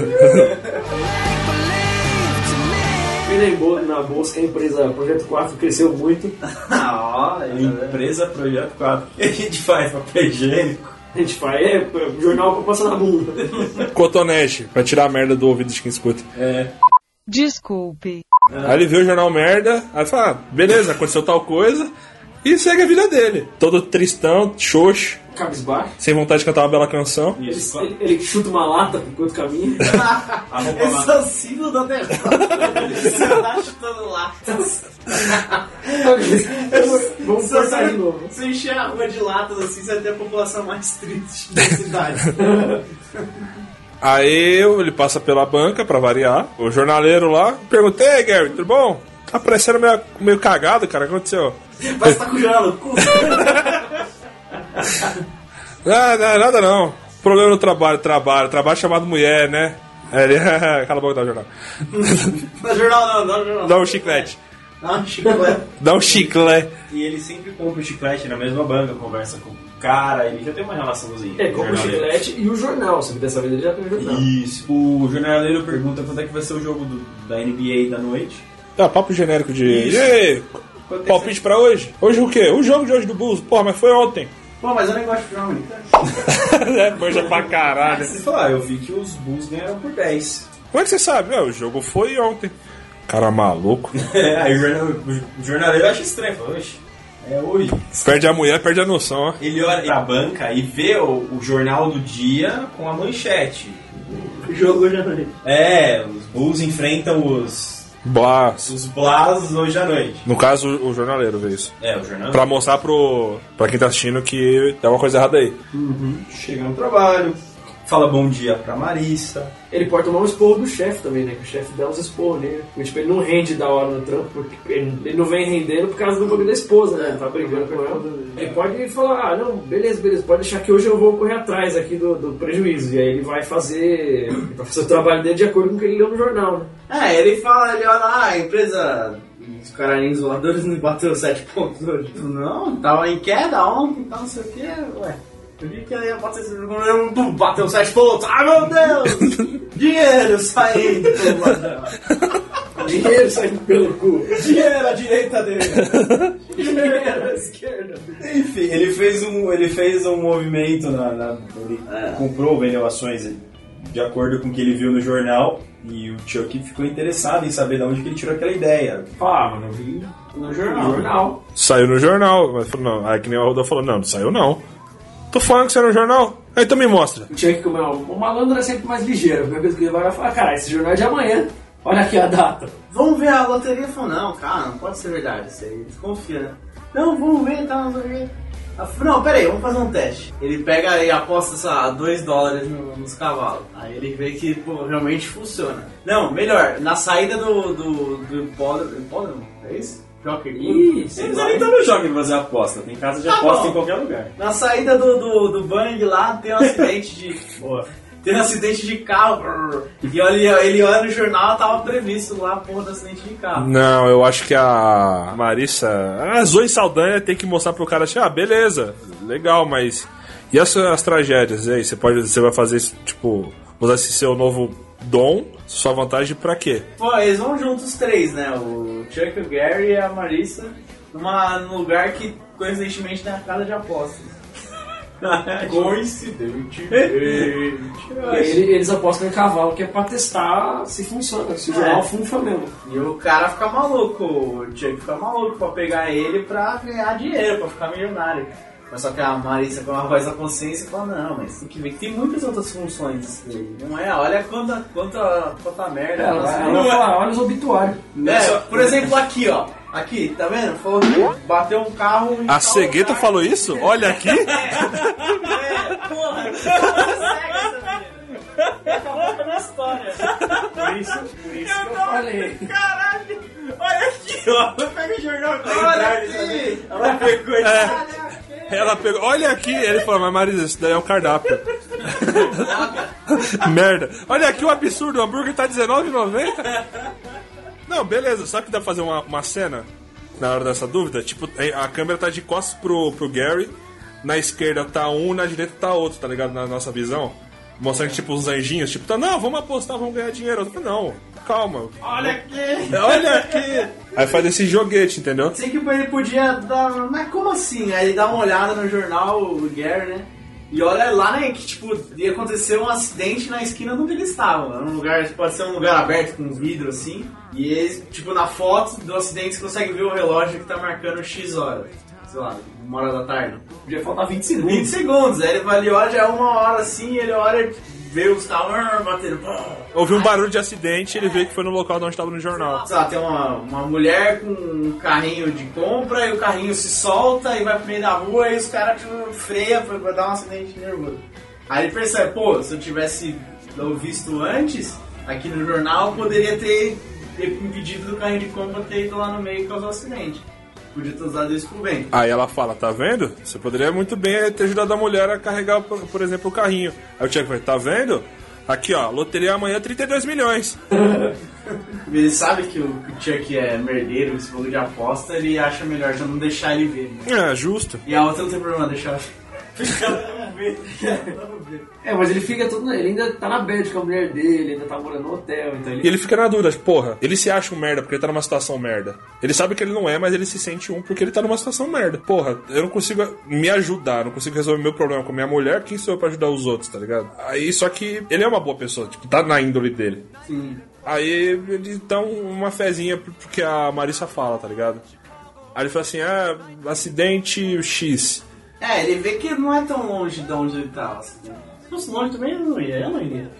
Speaker 8: Me lembrou na bolsa que a empresa Projeto 4 cresceu muito.
Speaker 4: Da
Speaker 8: Ah,
Speaker 4: hora,
Speaker 8: é.
Speaker 4: né?
Speaker 3: Empresa Projeto 4. O que a gente faz? Papel higiênico?
Speaker 8: A gente faz, é, pô, jornal pra passar na bunda.
Speaker 2: Cotonete, pra tirar a merda do ouvido de quem escuta.
Speaker 11: Desculpe.
Speaker 2: Aí ele vê o jornal merda, aí fala, ah, beleza, aconteceu tal coisa, e segue a vida dele. Todo tristão, xoxo,
Speaker 8: Cabisbaixo.
Speaker 2: sem vontade de cantar uma bela canção.
Speaker 8: Ele, ele, ele chuta uma lata enquanto caminha.
Speaker 3: A roupa lá.
Speaker 4: Esse é o símbolo da derrota. Você tá chutando latas.
Speaker 8: Vamos
Speaker 4: Se
Speaker 8: cortar de
Speaker 4: você,
Speaker 8: novo.
Speaker 4: se encher a rua de latas assim, você vai ter a população mais triste da cidade.
Speaker 2: Aí ele passa pela banca, pra variar, o jornaleiro lá, pergunta, ei, Gary, tudo bom? Tá parecendo meio, meio cagado, cara, o que aconteceu?
Speaker 4: Mas tá com o jornal no cu.
Speaker 2: "Ah, Nada, nada não. Problema no trabalho, trabalho, trabalho chamado mulher, né? Aí ele, cala a boca, dá o jornal.
Speaker 4: Dá jornal, não, dá jornal.
Speaker 2: Dá um chiclete.
Speaker 4: Dá um chiclete.
Speaker 2: Dá um chiclete.
Speaker 3: E ele sempre compra o chiclete na mesma banca, conversa com o cara, ele já tem uma relaçãozinha.
Speaker 8: É, como o
Speaker 3: jornaleiro.
Speaker 8: chiclete e o jornal, só que dessa vez ele já tem o jornal.
Speaker 3: Isso. O jornaleiro pergunta quando é que vai ser o jogo do- da NBA da noite.
Speaker 2: Ah, papo genérico de.
Speaker 3: Isso.
Speaker 2: E aí? Palpite pra hoje? Hoje o quê? O jogo de hoje do Bulls? Porra, mas foi ontem.
Speaker 4: Pô, mas eu nem gosto de jornal americano.
Speaker 2: é, coisa pra caralho.
Speaker 3: Você fala, ah, eu vi que os Bulls ganharam por 10.
Speaker 2: Como é que você sabe? É, o jogo foi ontem. Cara maluco.
Speaker 3: É, aí o jornal- o jornaleiro acha estranho, fala, oxe, é hoje.
Speaker 2: Perde a mulher, perde a noção, ó.
Speaker 3: Ele olha pra banca e vê o, o jornal do dia com a manchete.
Speaker 4: Jogo hoje à noite.
Speaker 3: É, os Bulls enfrentam os,
Speaker 2: Bah.
Speaker 3: os Blas hoje à noite.
Speaker 2: No caso, o jornaleiro vê isso.
Speaker 3: É, o jornal.
Speaker 2: Pra mostrar pro. pra quem tá assistindo que tem uma coisa errada aí.
Speaker 3: Uhum. Chega no trabalho, fala bom dia pra Marista.
Speaker 8: Ele pode tomar um esporro do chefe também, né? Que o chefe dá uns esporros nele. Porque, Tipo, ele não rende da hora no trampo, porque ele ele não vem rendendo por causa do bagulho da esposa, né? Tá brigando com ela. Ele pode falar, ah, não, beleza, beleza, pode deixar que hoje eu vou correr atrás aqui do, do prejuízo. E aí ele vai fazer, ele vai fazer o trabalho dele de acordo com o que ele leu no jornal, né?
Speaker 4: É, ele fala, ele olha, ah, a empresa. Os caralhinhos voadores não bateu 7 pontos hoje. Não, tava em queda ontem, tá não sei o que, ué. Eu vi que ela ia bater esse jogo, pum, bateu 7 pontos. Ai meu Deus! Dinheiro saindo pelo ladrão.
Speaker 8: Dinheiro saindo pelo cu.
Speaker 4: Dinheiro à direita dele.
Speaker 8: Dinheiro à esquerda.
Speaker 3: Enfim, ele fez um, ele fez um movimento na. na- ele
Speaker 4: É.
Speaker 3: comprou, vendeu ações de acordo com o que ele viu no jornal. E o Chuck ficou interessado em saber de onde que ele tirou aquela ideia.
Speaker 8: Ah, mano, eu vi no jornal. jornal.
Speaker 2: Saiu no jornal. Mas falou, não. Aí que nem o Rodolfo falou, não, não saiu não. Tô falando que saiu no jornal? Aí então me mostra.
Speaker 8: Tinha que comer algo. O malandro é sempre mais ligeiro. A primeira coisa que ele vai vai falar, cara, esse jornal é de amanhã. Olha aqui a data.
Speaker 4: Vamos ver a loteria? Falou, não, cara, não pode ser verdade isso aí. Desconfia, né? Não, vamos ver, tá, não sei o quê. Ela falou, Não, peraí, vamos fazer um teste. Ele pega e aposta, sei lá, 2 dólares no- nos cavalos. Aí ele vê que, pô, realmente funciona. Não, melhor, na saída do, do, do hipódromo, hipódromo, é isso? Joker.
Speaker 8: Ih, sei
Speaker 3: Eles
Speaker 8: lá.
Speaker 3: nem estão no jogo pra fazer aposta, tem casa de
Speaker 4: Ah,
Speaker 3: aposta
Speaker 4: bom.
Speaker 3: em qualquer lugar.
Speaker 4: Na saída do, do, do bang lá tem um acidente de. Boa. Tem um acidente de carro. brrr. E olha, ele olha no jornal, tava previsto lá, porra, do acidente de carro.
Speaker 2: Não, eu acho que a Marissa. A Zoe Saldanha tem que mostrar pro cara assim, ah, beleza, legal, mas. E as, as tragédias? E aí, você pode. Você vai fazer isso, tipo, usar esse seu novo dom, sua vantagem pra quê?
Speaker 4: Pô, eles vão juntos os três, né? O Chuck, o Gary e a Marissa, numa, num lugar que coincidentemente tem a casa de apostas. Coincidentemente.
Speaker 8: E aí ele- eles apostam em cavalo, que é pra testar se funciona, se o jornal funfa mesmo.
Speaker 4: E o cara fica maluco, o Chuck fica maluco pra pegar ele pra ganhar dinheiro, pra ficar milionário. Mas só que a Marissa com a voz da consciência fala, não, mas tem que ver que tem muitas outras funções disso daí. Não é? Olha quanta, quanta, quanta merda.
Speaker 8: Ela,
Speaker 4: Nossa,
Speaker 8: ela
Speaker 4: não
Speaker 8: vai
Speaker 4: é.
Speaker 8: falar, olha os obituários.
Speaker 4: É, por exemplo, aqui, ó. Aqui, tá vendo? Falou que bateu um carro em
Speaker 2: A
Speaker 4: tal
Speaker 2: cegueta
Speaker 4: lugar.
Speaker 2: falou isso? Olha aqui.
Speaker 4: É, porra, como cega essa menina? Acabou com a minha história.
Speaker 8: Por isso, por isso que eu falei.
Speaker 4: Caralho! Olha aqui!
Speaker 3: Pega o jornal
Speaker 4: Olha aqui!
Speaker 3: Ela pegou esse-
Speaker 2: É. Ela pegou. Olha aqui. Ele falou, mas Marisa, isso daí é um cardápio. Merda. Olha aqui o absurdo, o hambúrguer tá R$19,90. Não, beleza, sabe que dá pra fazer uma, uma cena na hora dessa dúvida? Tipo, a câmera tá de costas pro, pro Gary, na esquerda tá um, na direita tá outro, tá ligado? Na nossa visão. Mostrando que, tipo, os anjinhos, tipo, tá, não, vamos apostar, vamos ganhar dinheiro. Eu falei, não, calma,
Speaker 4: Olha aqui!
Speaker 2: olha aqui. Aí faz esse joguete, entendeu?
Speaker 4: Sei que ele podia dar. Mas como assim? Aí ele dá uma olhada no jornal, o Gary, né? E olha lá, né, que tipo, ia acontecer um acidente na esquina onde ele estava. Era um lugar, pode ser um lugar aberto com um vidro assim. E eles, tipo, na foto do acidente você consegue ver o relógio que tá marcando X horas. Sei lá, uma hora da tarde.
Speaker 8: Podia faltar 20 segundos.
Speaker 4: 20 segundos, aí ele vai ali, olha, já é uma hora assim, ele olha, vê os carros ah, batendo. pá.
Speaker 2: Houve um barulho de acidente, ele veio que foi no local de onde tava no jornal.
Speaker 4: Sei lá, tem uma, uma mulher com um carrinho de compra e o carrinho se solta e vai pro meio da rua e os caras tipo, freia pra, pra dar um acidente nervoso. Aí ele percebe, pô, se eu tivesse visto antes, aqui no jornal, eu poderia ter, ter impedido do carrinho de compra ter ido lá no meio e causar um acidente. Podia ter usado isso pro bem.
Speaker 2: Aí ela fala, tá vendo? Você poderia muito bem eh, ter ajudado a mulher a carregar, por por exemplo, o carrinho. Aí o Chuck vai, tá vendo? Aqui, ó, loteria amanhã 32 milhões.
Speaker 4: Ele sabe que o Chuck é merdeiro, esse bolo de aposta, ele acha melhor já não deixar ele ver. né?
Speaker 2: É, justo.
Speaker 4: E a outra não tem problema, deixa ela ver.
Speaker 8: É, mas ele fica todo. Ele ainda tá na bed com a mulher dele, ainda tá morando no hotel, então
Speaker 2: E
Speaker 8: ele.
Speaker 2: ele fica na dúvida, porra, ele se acha um merda porque ele tá numa situação merda. Ele sabe que ele não é, mas ele se sente um porque ele tá numa situação merda. Porra, eu não consigo me ajudar, não consigo resolver meu problema com minha mulher, quem sou eu pra ajudar os outros, tá ligado? Aí, só que ele é uma boa pessoa, tipo, tá na índole dele.
Speaker 4: Sim.
Speaker 2: Aí eles dão uma fezinha pro pro que a Marissa fala, tá ligado? Aí ele fala assim, ah, acidente X.
Speaker 4: É, ele vê que não é tão longe de onde ele tava. Assim. né? Se fosse longe também, eu não ia. Eu não iria.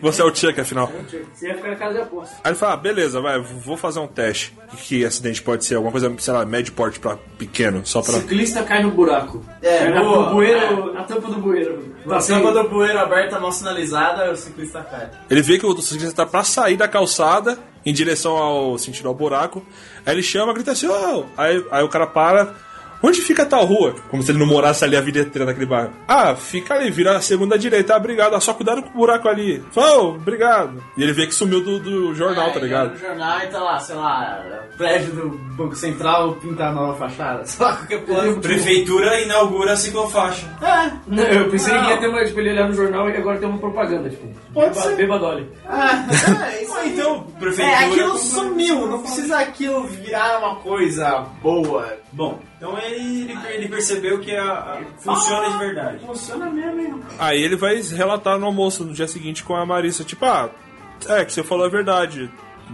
Speaker 2: Você é o Chuck, afinal.
Speaker 8: Você ia ficar na casa de aposta.
Speaker 2: Aí ele fala, ah, beleza, vai, vou fazer um teste. O que, que acidente pode ser? Alguma coisa, sei lá, médio porte pra pequeno, só pra...
Speaker 8: Ciclista cai no buraco.
Speaker 4: É,
Speaker 8: cai na,
Speaker 4: boa.
Speaker 8: no bueiro, na tampa do bueiro. Assim,
Speaker 4: Na tampa do poeira aberta, mal sinalizada, o ciclista cai.
Speaker 2: Ele vê que o ciclista tá pra sair da calçada em direção ao sentido ao buraco. Aí ele chama, grita assim, ô! Aí, aí o cara para. Onde fica tal rua? Como se ele não morasse ali a vida inteira naquele bairro. Ah, fica ali, vira a segunda direita, ah, obrigado. Ah, só cuidado com o buraco ali. Falou, obrigado. E ele vê que sumiu do, do jornal, tá
Speaker 4: Aí, No
Speaker 2: ligado?
Speaker 4: jornal e tá lá, sei lá, prédio do Banco Central pintar nova fachada. Sei lá, qualquer plano.
Speaker 3: Prefeitura inaugura a ciclofaixa.
Speaker 4: É,
Speaker 8: Não, eu pensei
Speaker 4: Não.
Speaker 8: que ia ter uma. Tipo, ele olhar no jornal e agora tem uma propaganda, tipo.
Speaker 4: Pode
Speaker 8: beba-
Speaker 4: ser.
Speaker 8: Bebadole.
Speaker 4: ah, é isso
Speaker 3: Ou
Speaker 4: aí.
Speaker 3: então, prefeitura.
Speaker 4: É, aquilo sumiu, não precisa aquilo virar uma coisa boa.
Speaker 3: Bom, então ele, ele percebeu que a, a- funciona de verdade. Então,
Speaker 4: Funciona mesmo, hein?
Speaker 2: Aí ele vai relatar no almoço no dia seguinte com a Marissa, tipo, ah, é que você falou a verdade.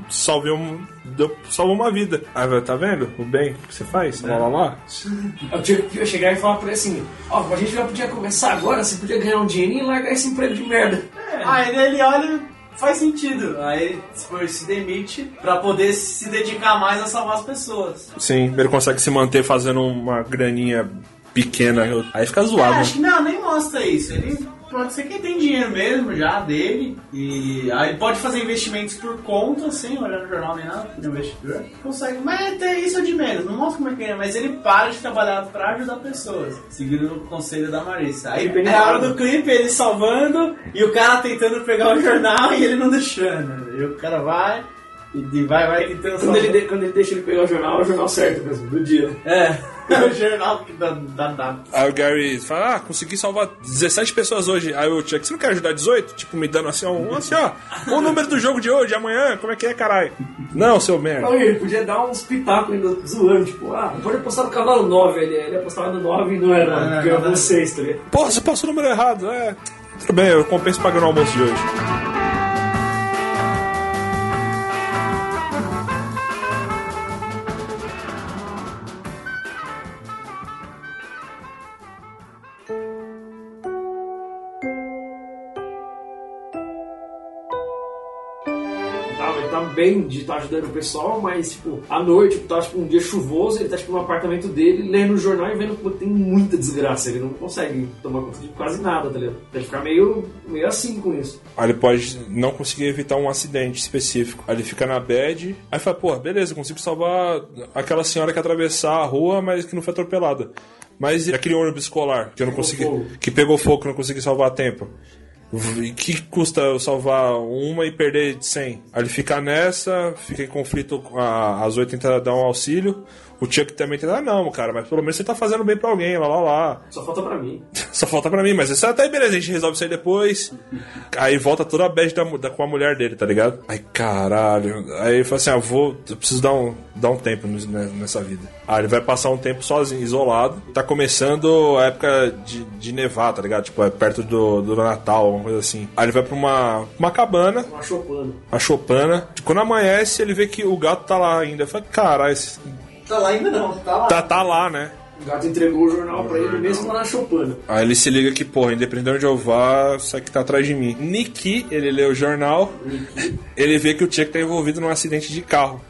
Speaker 2: Salvei um. deu- salvou uma vida. Aí vai, tá vendo? O bem que você faz? Lá, lá, lá.
Speaker 8: Eu tinha que chegar e falar pra ele assim: Ó, a gente já podia começar agora, você podia ganhar um dinheirinho e largar esse emprego de merda.
Speaker 4: Aí ele olha faz sentido. Aí tipo, se demite pra poder se dedicar mais a salvar as pessoas.
Speaker 2: Sim, ele consegue se manter fazendo uma graninha pequena. Aí fica
Speaker 4: É,
Speaker 2: zoado. né?
Speaker 4: acho que não, nem mostra isso. Ele pode ser que ele tem dinheiro mesmo já dele. E aí pode fazer investimentos por conta, sem olhar no jornal nem nada, no investidor. Consegue, mas até isso é de menos, não mostra como é que é, mas ele para de trabalhar pra ajudar pessoas, seguindo o conselho da Marissa. Aí
Speaker 8: Clipe
Speaker 4: é a hora
Speaker 8: animado.
Speaker 4: do clipe, ele salvando e o cara tentando pegar o jornal e ele não deixando. E o cara vai. E vai, vai tentando
Speaker 8: Quando
Speaker 4: salvar.
Speaker 8: ele, de- quando ele deixa ele pegar o jornal, é o jornal certo mesmo, do dia.
Speaker 4: É, é o jornal que dá, dá, dá
Speaker 2: Aí o Gary fala: Ah, consegui salvar 17 pessoas hoje. Aí o Chuck, você não quer ajudar 18? Tipo, me dando assim, ó, um, assim, ó. O número do jogo de hoje, amanhã, como é que é, caralho? Não, seu merda.
Speaker 8: Então ele podia dar uns pitacos ainda zoando, tipo, ah, pode apostar no cavalo 9 ali. Aí Ele apostava no 9 e não
Speaker 4: Ah,
Speaker 8: era, ganhou
Speaker 4: não.
Speaker 8: um 6, tá ligado?
Speaker 2: Porra, você passou o número errado. É, tudo bem, eu compenso pagando o almoço de hoje.
Speaker 8: Ele tava- Ele tava bem de estar ajudando o pessoal, mas, tipo, à noite, tipo, tava tipo, um dia chuvoso, ele tá, tipo, no apartamento dele, lendo o jornal e vendo que tem muita desgraça. Ele não consegue tomar conta de quase nada, tá ligado? Ele ficar meio, meio assim com isso.
Speaker 2: Aí ele pode não conseguir evitar um acidente específico. Aí ele fica na bad. Aí fala, pô, beleza, eu consigo salvar aquela senhora que atravessar a rua, mas que não foi atropelada. Mas e aquele ônibus escolar que eu não consegui.
Speaker 8: fogo.
Speaker 2: que pegou fogo, que eu não consegui salvar a tempo. E que custa eu salvar uma e perder 100? Aí ele fica nessa, fica em conflito com a, as 8 tenta dar um auxílio. O Chuck também tenta, ah, não, cara, mas pelo menos você tá fazendo bem pra alguém, lá lá lá.
Speaker 8: Só falta pra mim.
Speaker 2: Só falta pra mim, mas isso é até beleza, a gente resolve isso aí depois. Aí volta toda a bad da, mu- da- com a mulher dele, tá ligado? Aí caralho. Aí ele fala assim: ah, vou, eu preciso dar um, dar um tempo nes- ne- nessa vida. Aí ele vai passar um tempo sozinho, isolado. Tá começando a época de, de nevar, tá ligado? Tipo, é perto do, do Natal, alguma coisa assim. Aí ele vai pra uma, uma cabana,
Speaker 8: Não achou o plano.
Speaker 2: a Chopana. Tipo, Quando amanhece, ele vê que o gato tá lá ainda. Ele fala: caralho, esse-
Speaker 4: Tá lá ainda não, tá lá.
Speaker 2: tá, tá lá, né?
Speaker 8: O gato entregou o jornal pra ele mesmo na Chopana.
Speaker 2: Aí ele se liga que, porra, independente de onde eu vá, isso aqui tá atrás de mim. Niki, ele lê o jornal, ele vê que o Chuck tá envolvido num acidente de carro.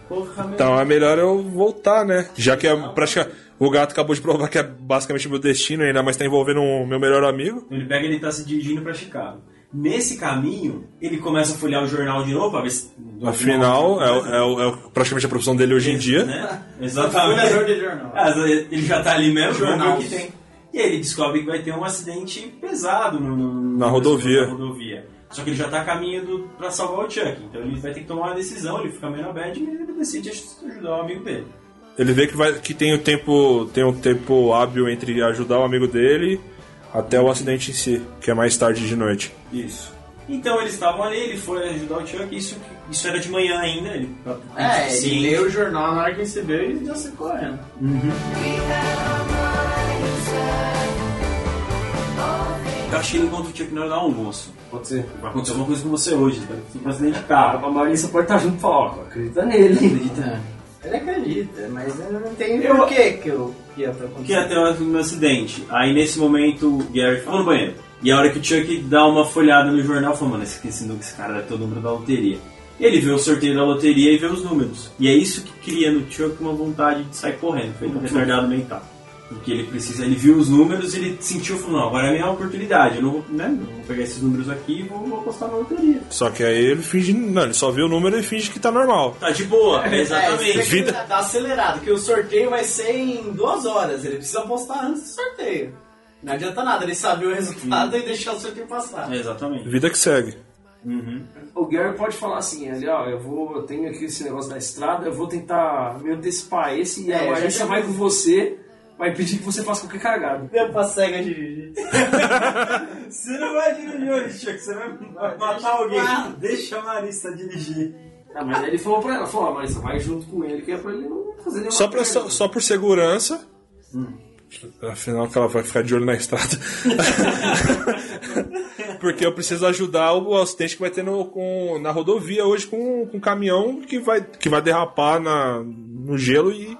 Speaker 2: Então é melhor eu voltar, né? Já que é praticamente. O gato acabou de provar que é basicamente meu destino, ainda mais tá envolvendo o meu melhor amigo.
Speaker 3: Ele pega e ele tá se dirigindo pra Chicago. Nesse caminho, ele começa a folhear o jornal de novo pra ver se
Speaker 2: Afinal, é, o- é o- é o- praticamente a profissão dele hoje em dia.
Speaker 3: né? Exatamente.
Speaker 4: Fundador de jornal.
Speaker 3: Ah, ele já tá ali mesmo, vamos ver
Speaker 4: Jornal.
Speaker 3: o que tem. E aí ele descobre que vai ter um acidente pesado no- no-
Speaker 2: Na rodovia.
Speaker 3: na rodovia. Só que ele já tá a caminho do, pra salvar o Chuck. Então ele vai ter que tomar uma decisão, ele fica meio na bad, mas ele decide ajudar o amigo dele.
Speaker 2: Ele vê que, vai, que tem, o tempo, tem um tempo hábil entre ajudar o amigo dele até o acidente em si, que é mais tarde de noite.
Speaker 3: Isso. Então eles estavam ali, ele foi ajudar o Chuck, isso, isso era de manhã ainda. Ele, tá
Speaker 4: É, ele
Speaker 3: Sim.
Speaker 4: leu o jornal na hora que recebeu e já se correndo.
Speaker 3: Eu acho que ele encontra o Chuck na hora do almoço.
Speaker 8: Pode ser. Ah,
Speaker 3: Vai acontecer alguma coisa com você hoje, tá? Você tem um acidente de carro.
Speaker 8: A Marisa pode estar junto e falar, ó, acredita nele.
Speaker 3: Acredita.
Speaker 4: Ele acredita, mas eu não tenho
Speaker 3: Eu-
Speaker 4: por que que eu que ia ter acontecido.
Speaker 3: que ia ter um acidente. Aí nesse momento o Gary ficou no banheiro. E a hora que o Chuck dá uma folhada no jornal, falou, mano, esse, esse, esse cara deve ter o número da loteria. E ele vê o sorteio da loteria e vê os números. E é isso que cria no Chuck uma vontade de sair correndo. Foi um retardado mental. Porque ele precisa, ele viu os números e ele sentiu, falou, não, agora é a minha oportunidade. Eu não vou, né, eu vou pegar esses números aqui e vou, vou apostar na loteria.
Speaker 2: Só que aí ele finge. Não, ele só vê o número e finge que tá normal.
Speaker 3: Tá de boa,
Speaker 4: É,
Speaker 3: exatamente.
Speaker 4: isso aqui Tá, tá acelerado, porque o sorteio vai ser em duas horas. Ele precisa apostar antes do sorteio. Não adianta nada ele saber o resultado e deixar o sorteio passar.
Speaker 3: Exatamente.
Speaker 2: Vida que segue.
Speaker 8: O Gary pode falar assim, ali, ó, eu vou, eu tenho aqui esse negócio da estrada, eu vou tentar me antecipar esse e
Speaker 4: É,
Speaker 8: a
Speaker 4: eu já
Speaker 8: Marisa
Speaker 4: tenho-
Speaker 8: vai com você, vai pedir que você faça qualquer cagada.
Speaker 4: Deu pra cega dirigir.
Speaker 3: Você não vai dirigir hoje, Chuck. Você vai matar alguém. Deixa a Marista dirigir.
Speaker 8: Ah, mas aí ele falou pra ela, falou, ó, Marisa, vai junto com ele, que é pra ele não fazer nenhuma
Speaker 2: Só, pra, só,
Speaker 8: cagada.
Speaker 2: só por segurança. Hum. Afinal, que ela vai ficar de olho na estrada. Porque eu preciso ajudar o acidente que vai ter no- com- na rodovia hoje com, com um caminhão que vai, que vai derrapar na- no gelo e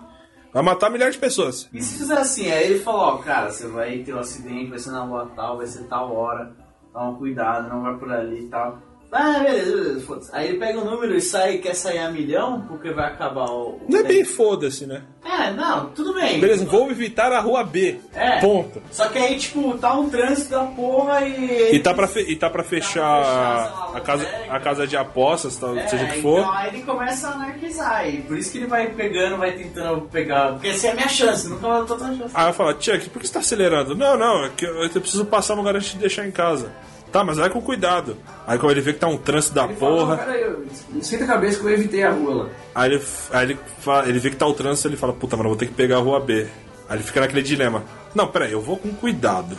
Speaker 2: vai matar milhares de pessoas.
Speaker 4: E se fizer assim, aí ele falou, ó, cara, você vai ter um acidente, vai ser na rua tal, vai ser tal hora, toma cuidado, não vai por ali e tal. Ah, beleza, beleza, foda-se. Aí ele pega o número e sai, quer sair a milhão, porque vai acabar o... o
Speaker 2: Não é bem foda-se, né?
Speaker 4: É, não, tudo bem.
Speaker 2: Beleza, vou evitar a rua B.
Speaker 4: É.
Speaker 2: Ponto.
Speaker 4: Só que aí, tipo, tá um trânsito da porra e...
Speaker 2: E tá pra, fe- e tá pra fechar
Speaker 4: fechar,
Speaker 2: a casa, a casa de apostas, tal,
Speaker 4: É,
Speaker 2: seja o que for.
Speaker 4: Então aí ele começa a anarquizar, e por isso que ele vai pegando, vai tentando pegar. Porque essa é a minha chance, nunca eu tô tão chance.
Speaker 2: Aí eu falo, Chuck, por que você tá acelerando? Não, não, é que eu, eu preciso passar uma garante de deixar em casa. Tá, mas vai com cuidado. Aí quando ele vê que tá um trânsito da
Speaker 8: Ele fala, não,
Speaker 2: porra,
Speaker 8: cara, eu- não esquenta a cabeça que eu evitei a rua lá.
Speaker 2: aí, ele, aí ele, fa- ele vê que tá o trânsito ele fala, puta, mano, eu vou ter que pegar a rua B. Aí ele fica naquele dilema. Não, peraí, eu vou com cuidado.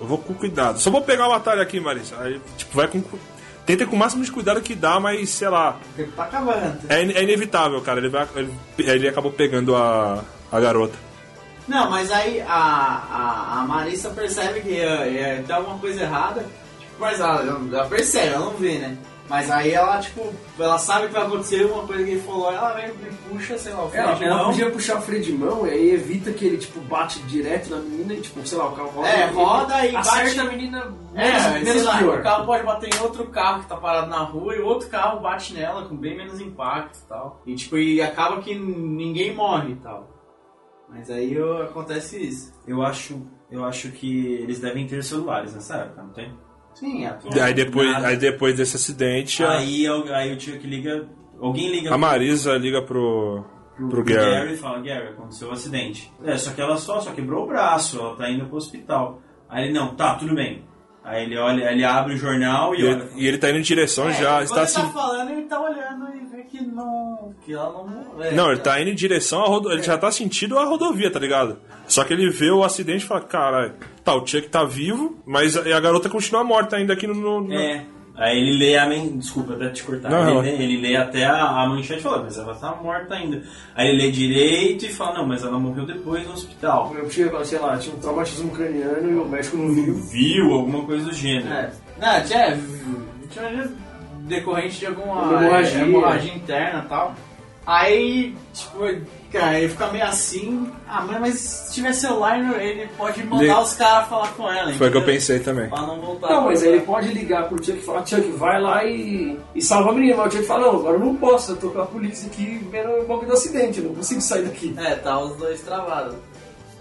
Speaker 2: Eu vou com cuidado. Só vou pegar o atalho aqui, Marisa. Aí, tipo, vai com. cu- Tenta com o máximo de cuidado que dá, mas sei lá.
Speaker 4: Porque tá acabando.
Speaker 2: É, in- é inevitável, cara. Ele, vai, ele, ele acabou pegando a, a garota.
Speaker 4: Não, mas aí a, a, a Marissa percebe que é, é, tem alguma coisa errada, tipo, mas ela, ela percebe, ela não vê, né? Mas aí ela, tipo, ela sabe que vai acontecer uma coisa que ele falou, ela vem e puxa, sei lá, o
Speaker 8: Ela,
Speaker 4: freio de
Speaker 8: ela
Speaker 4: mão.
Speaker 8: podia puxar o freio de mão e aí evita que ele, tipo, bate direto na menina e, tipo, sei lá, o carro roda.
Speaker 4: É,
Speaker 8: ele
Speaker 4: roda e
Speaker 8: acerta
Speaker 4: bate-
Speaker 8: a menina
Speaker 4: É,
Speaker 8: menos, menos
Speaker 4: sei lá,
Speaker 8: pior.
Speaker 4: o carro pode bater em outro carro que tá parado na rua e o outro carro bate nela com bem menos impacto e tal. E tipo, e acaba que ninguém morre e tal. Mas aí ó, acontece isso.
Speaker 3: Eu acho, eu acho que eles devem ter celulares nessa época, não tem?
Speaker 4: Sim, é.
Speaker 2: Aí depois,
Speaker 3: Nada.
Speaker 2: aí depois desse acidente, a-
Speaker 3: Aí, eu- aí o tio que liga. Alguém liga
Speaker 2: a Marisa liga pro, pro,
Speaker 3: pro
Speaker 2: Gary.
Speaker 3: e fala: Gary, aconteceu um acidente. É, só que ela só, só quebrou o braço, ela tá indo pro hospital. Aí ele: Não, tá, tudo bem. Aí ele olha, ele abre o jornal e
Speaker 2: E
Speaker 3: olha.
Speaker 2: ele, e ele tá indo em direção já.
Speaker 4: quando
Speaker 2: Está
Speaker 4: ele
Speaker 2: assim,
Speaker 4: tá falando, ele tá olhando e vê que não. que ela não é. morreu.
Speaker 2: Não, ele tá indo em direção à rodovia. Ele já tá sentindo a rodovia, tá ligado? Só que ele vê o acidente e fala: caralho, tá, o Chuck tá vivo, mas a, e a garota continua morta ainda aqui no. no- no-
Speaker 3: É. Aí ele lê a men... Desculpa até te cortar.
Speaker 2: Não,
Speaker 3: ele, lê, ele lê até a, a manchete e fala, mas ela tá morta ainda. Aí ele lê direito e fala, não, mas ela morreu depois no hospital.
Speaker 8: Eu tinha, sei lá, tinha um traumatismo craniano e o médico não viu.
Speaker 3: Viu alguma coisa do gênero.
Speaker 4: É. Não, tinha. tinha decorrente de alguma
Speaker 8: Uma hemorragia.
Speaker 4: é, hemorragia interna e tal. Aí, tipo, cara, ele fica meio assim. Ah, mas, mas se tiver celular, ele pode mandar
Speaker 2: Ele-
Speaker 4: os caras falar com ela.
Speaker 2: Foi o que eu
Speaker 4: entendeu?
Speaker 2: pensei também.
Speaker 4: Pra não é. voltar.
Speaker 8: Não, mas aí ele pode ligar pro Chuck e falar, Chuck, vai lá e, e salva a menina. Mas o Chuck fala, não, agora eu não posso, eu tô com a polícia aqui vendo o bagulho do acidente, eu não consigo sair daqui.
Speaker 4: É, tá os dois travados.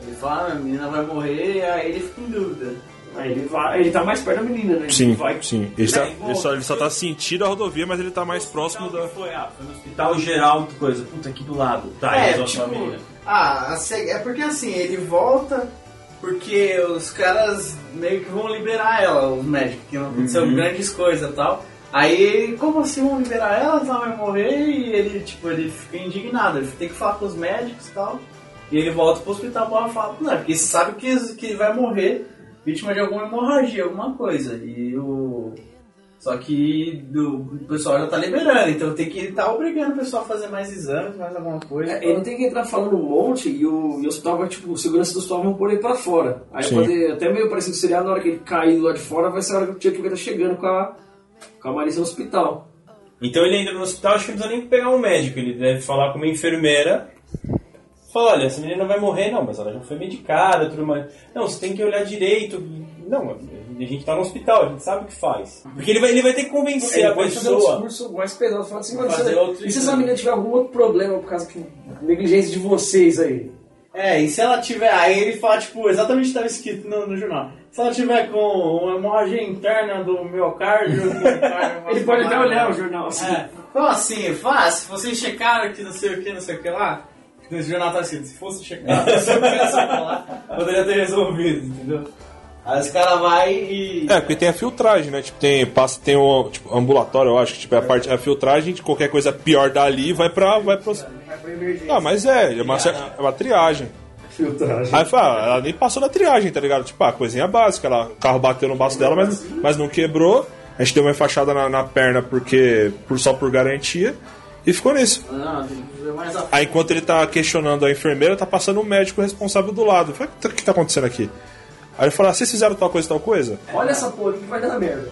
Speaker 4: Ele fala, ah, a menina vai morrer, aí ele fica em dúvida.
Speaker 8: Aí ele vai, ele tá mais perto da menina, né? Ele
Speaker 2: Sim,
Speaker 8: vai-
Speaker 2: sim. Ele, tá,
Speaker 8: Aí,
Speaker 2: ele, só, ele só tá sentindo a rodovia, mas ele tá mais próximo da.
Speaker 3: Foi, ah, foi no hospital geral, que coisa. Puta, aqui do lado. Tá,
Speaker 4: É,
Speaker 3: é, resolve
Speaker 4: tipo,
Speaker 3: a família.
Speaker 4: Ah, a SEG- é porque assim, ele volta porque os caras meio que vão liberar ela, os médicos, que não aconteceu
Speaker 3: Uhum.
Speaker 4: grandes coisas e tal. Aí, como assim vão liberar ela? Ela vai morrer e ele, tipo, ele fica indignado, ele tem que falar com os médicos e tal. E ele volta pro hospital pra falar, não, é porque ele sabe que, que ele vai morrer vítima de alguma hemorragia, alguma coisa. E o. Só que do, o pessoal já tá liberando, então tem que estar obrigando o pessoal a fazer mais exames, mais alguma coisa.
Speaker 8: É, Ele tem que entrar falando um monte e o, e o hospital vai, tipo, o segurança do hospital vai pôr ele pra fora. Aí
Speaker 2: Sim.
Speaker 8: pode, até meio parecido com o seriado, na hora que ele cair lá de fora, vai ser a hora que o Chuck vai estar chegando com a, com a Marisa no hospital.
Speaker 3: Então ele entra no hospital, acho que não precisa nem pegar um médico, ele deve falar com uma enfermeira. Fala, olha, essa menina vai morrer, não, mas ela já foi medicada, tudo mais. Não, você tem que olhar direito. Não, a gente tá no hospital, a gente sabe o que faz. Porque ele vai, ele vai ter que convencer a
Speaker 8: ele pode fazer um
Speaker 3: pessoa.
Speaker 8: discurso mais pesado, falar assim, mano,
Speaker 3: Fazer
Speaker 8: você-
Speaker 3: outro
Speaker 8: e se essa menina tiver algum outro problema por causa que negligência de vocês aí?
Speaker 4: É, e se ela tiver. Aí ele fala, tipo, exatamente o que estava escrito no, no jornal. Se ela tiver com uma hemorragia interna do miocárdio.
Speaker 8: Ele pode até olhar o jornal assim.
Speaker 4: É. Então assim, fácil, vocês checaram que não sei o que, não sei o que lá. No jornal tá escrito, se fosse checar, não sei o que, não sei o que lá, poderia ter resolvido, entendeu? Aí os caras vai e.
Speaker 2: É, porque tem a filtragem, né? Tipo, tem, passa, tem o tipo, ambulatório, eu acho que tipo, é a parte a filtragem de qualquer coisa pior dali vai pra. Vai pro... Ah, mas é, é uma, é uma triagem.
Speaker 8: Filtragem.
Speaker 2: Aí fala, ela nem passou na triagem, tá ligado? Tipo, a coisinha básica, ela, o carro bateu no baço dela, mas, mas não quebrou. A gente deu uma enfaixada na, na perna porque por, só por garantia. E ficou nisso.
Speaker 4: Ah, Não, tem que fazer mais a
Speaker 2: Aí enquanto ele tá questionando a enfermeira, tá passando o médico responsável do lado. Fala, o que tá acontecendo aqui? Aí ele fala, vocês fizeram tal coisa, tal coisa?
Speaker 8: Olha essa porra aqui que vai dar merda.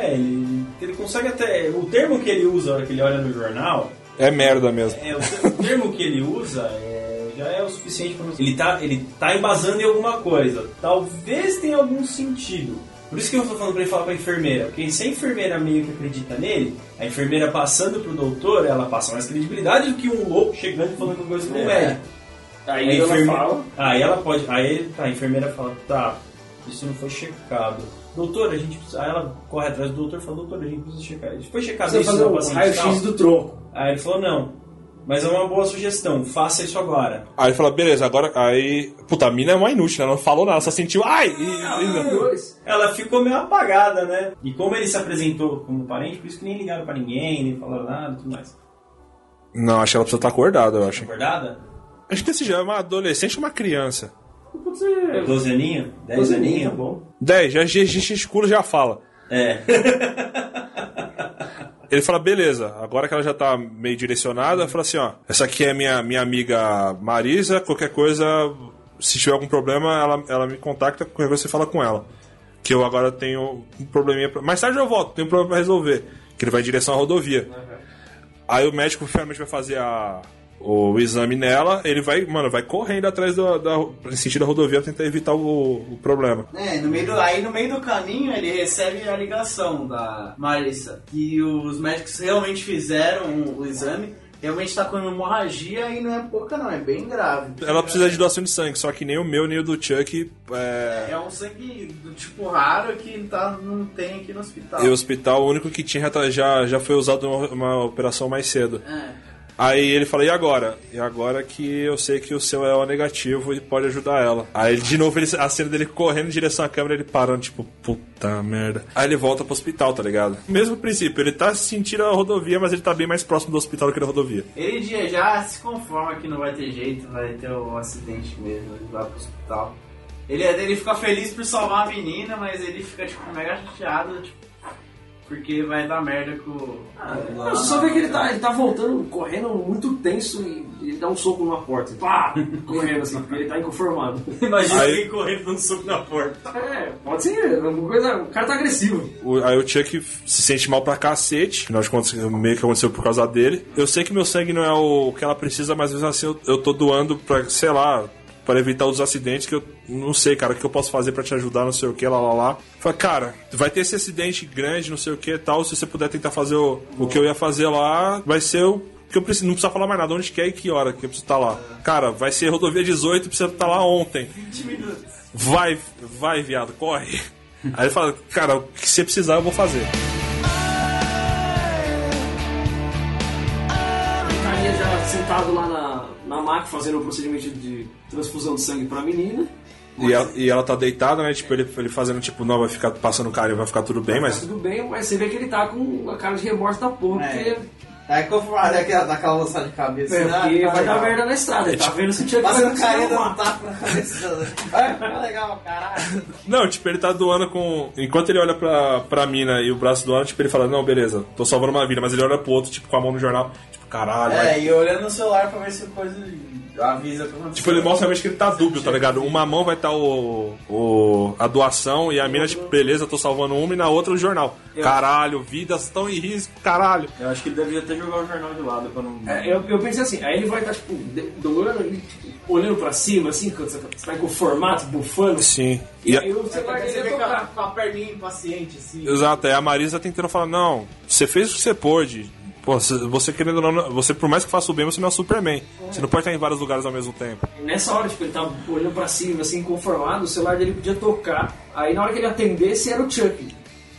Speaker 3: É, ele, ele consegue até. O termo que ele usa na hora que ele olha no jornal
Speaker 2: É merda mesmo.
Speaker 3: É, o ter- o termo que ele usa é, já é o suficiente para ele tá ele tá embasando em alguma coisa. Talvez tenha algum sentido. Por isso que eu tô falando para ele falar para enfermeira, porque se a enfermeira meio que acredita nele, a enfermeira passando pro doutor, ela passa mais credibilidade do que um louco chegando e falando coisa com o médico.
Speaker 1: Aí ela fala.
Speaker 3: Aí ela pode. Aí tá, a enfermeira fala, tá, isso não foi checado. Doutor, a gente precisa. Aí ela corre atrás do doutor e fala, doutor, a gente precisa checar. A gente foi checado
Speaker 8: Você
Speaker 3: isso
Speaker 8: fazer
Speaker 3: no
Speaker 8: um
Speaker 3: paciente tal?"
Speaker 8: raio-x do tronco.
Speaker 3: Aí ele falou, não. Mas é uma boa sugestão, faça isso agora.
Speaker 2: Aí ele fala, beleza, agora. Aí. Puta, a mina é uma inútil, né? Ela não falou nada, só sentiu. Ai! E, e-
Speaker 3: Ela ficou meio apagada, né? E como ele se apresentou como parente, por isso que nem ligaram pra ninguém, nem falaram nada e tudo mais.
Speaker 2: Não, acho que ela precisa estar acordada, eu acho.
Speaker 3: Acordada?
Speaker 2: Acho que esse já é uma adolescente ou uma criança.
Speaker 8: Pode ser.
Speaker 3: Doze aninho? Dez
Speaker 8: Doze aninho,
Speaker 3: aninho?
Speaker 8: tá bom.
Speaker 2: 10, já já- já gesticula já fala.
Speaker 3: É.
Speaker 2: Ele fala, beleza, agora que ela já tá meio direcionada, fala assim, ó, essa aqui é minha, minha amiga Marisa, qualquer coisa, se tiver algum problema, ela, ela me contacta, qualquer coisa você fala com ela. Que eu agora tenho um probleminha pra... Mais tarde eu volto, tenho um problema pra resolver. Que ele vai em direção à rodovia. Aí o médico finalmente vai fazer a- o exame nela, ele vai, mano, vai correndo atrás da, da, em sentido da rodovia pra tentar evitar o- o problema.
Speaker 4: É, no meio do, aí no meio do caminho ele recebe a ligação da Marissa que os médicos realmente fizeram o, o exame, realmente tá com hemorragia e não é pouca não, é bem grave.
Speaker 2: Ela precisa de doação de sangue, só que nem o meu, nem o do Chuck. É...
Speaker 4: É um sangue do tipo raro que tá, não tem aqui no hospital.
Speaker 2: E o hospital, o único que tinha já, tá, já, já foi usado numa uma operação mais cedo.
Speaker 4: É.
Speaker 2: Aí ele fala, e agora? E agora que eu sei que o seu é o negativo e pode ajudar ela. Aí de novo ele, a cena dele correndo em direção à câmera, ele parando, tipo, puta merda. Aí ele volta pro hospital, tá ligado? Mesmo princípio, ele tá sentindo a rodovia, mas ele tá bem mais próximo do hospital do que da rodovia.
Speaker 4: Ele já- já se conforma que não vai ter jeito, vai ter o acidente mesmo, ele vai pro hospital. Ele, ele fica feliz por salvar a menina, mas ele fica tipo mega chateado, tipo, porque vai dar merda com.
Speaker 3: Uhum.
Speaker 8: Não, você só vê que ele tá, ele tá voltando, correndo muito tenso e ele dá um soco numa porta. Pá! Correndo assim, porque ele tá inconformado.
Speaker 3: Imagina
Speaker 2: Aí-
Speaker 3: ele correndo dando soco na porta.
Speaker 8: É, pode ser, alguma coisa. O cara tá agressivo.
Speaker 2: O- aí o Chuck se sente mal pra cacete, afinal de contas, meio que aconteceu por causa dele. Eu sei que meu sangue não é o que ela precisa, mas mesmo assim eu, eu tô doando pra, sei lá, pra evitar os acidentes que eu não sei, cara, o que eu posso fazer pra te ajudar, não sei o que, lá lá lá. Fala, cara, vai ter esse acidente grande, não sei o que e tal, se você puder tentar fazer o, o que eu ia fazer lá, vai ser o que eu preciso, não precisa falar mais nada, onde quer e que hora que eu preciso estar lá. Cara, vai ser rodovia 18, precisa estar lá ontem.
Speaker 4: 20 minutos.
Speaker 2: Vai, vai, viado, corre. Aí ele fala, cara, o que você precisar eu vou fazer.
Speaker 8: Ficaria já sentado lá na, na maca fazendo o procedimento de transfusão de sangue pra menina.
Speaker 2: E ela, e ela tá deitada, né? Tipo, ele, ele fazendo tipo, não, vai ficar passando cara e vai ficar tudo bem, mas.
Speaker 8: Tudo bem, mas você vê que ele tá com a cara de remorso da porra,
Speaker 4: É.
Speaker 8: porque
Speaker 4: Aí conformado daquela, daquela lançada de cabeça.
Speaker 8: É,
Speaker 4: né?
Speaker 8: porque
Speaker 4: Tá
Speaker 8: vai dar
Speaker 4: legal.
Speaker 8: merda na
Speaker 2: É
Speaker 8: estrada,
Speaker 2: tipo-
Speaker 8: tá vendo se tinha que fazer um
Speaker 4: Fazendo
Speaker 8: isso,
Speaker 4: carinha
Speaker 8: não,
Speaker 4: dando um
Speaker 8: mano.
Speaker 4: tapa na cabeça. Ai, tá legal, caralho.
Speaker 2: Não, tipo, ele tá doando com. Enquanto ele olha pra, pra mina e o braço do ano, tipo, ele fala, não, beleza, tô salvando uma vida, mas ele olha pro outro, tipo, com a mão no jornal, tipo, caralho,
Speaker 4: É,
Speaker 2: vai.
Speaker 4: e olhando no celular pra ver se coisa avisa pra uma
Speaker 2: Tipo, ele mostra realmente que ele tá dúbio, tá ligado? Uma mão vai tá o, o. a doação e a mina, tipo, beleza, tô salvando uma e na outra o jornal. Caralho, vidas estão em risco, caralho.
Speaker 10: Eu acho que ele devia até jogar o jornal de lado pra não.
Speaker 8: É, eu, eu pensei assim, aí ele vai estar, tipo, de- doando, ele, tipo, olhando pra cima, assim, quando você tá com o formato, bufando.
Speaker 2: Sim.
Speaker 8: E
Speaker 2: E a-
Speaker 8: aí o celular
Speaker 4: Você
Speaker 8: dele
Speaker 4: vê
Speaker 8: ia
Speaker 4: com a,
Speaker 8: tocar.
Speaker 4: com a perninha impaciente, assim.
Speaker 2: Exato, aí a Marisa tentando falar, não, você fez o que você pôde. Pô, você, você querendo ou não, você por mais que faça o bem, você não é o Superman. Você não pode estar em vários lugares ao mesmo tempo.
Speaker 8: Nessa hora, tipo, ele tava olhando pra cima, assim, conformado, o celular dele podia tocar. Aí na hora que ele atendesse, era o Chuck.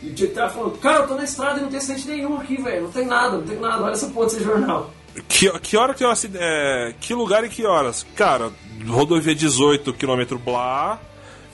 Speaker 8: E o Chuck tava falando, cara, eu tô na estrada e não tem acidente nenhum aqui, velho. Não tem nada, não tem nada. Olha essa porra desse jornal.
Speaker 2: Que, que hora que eu acid- é, Que lugar e que horas? Cara, rodovia 18 km blá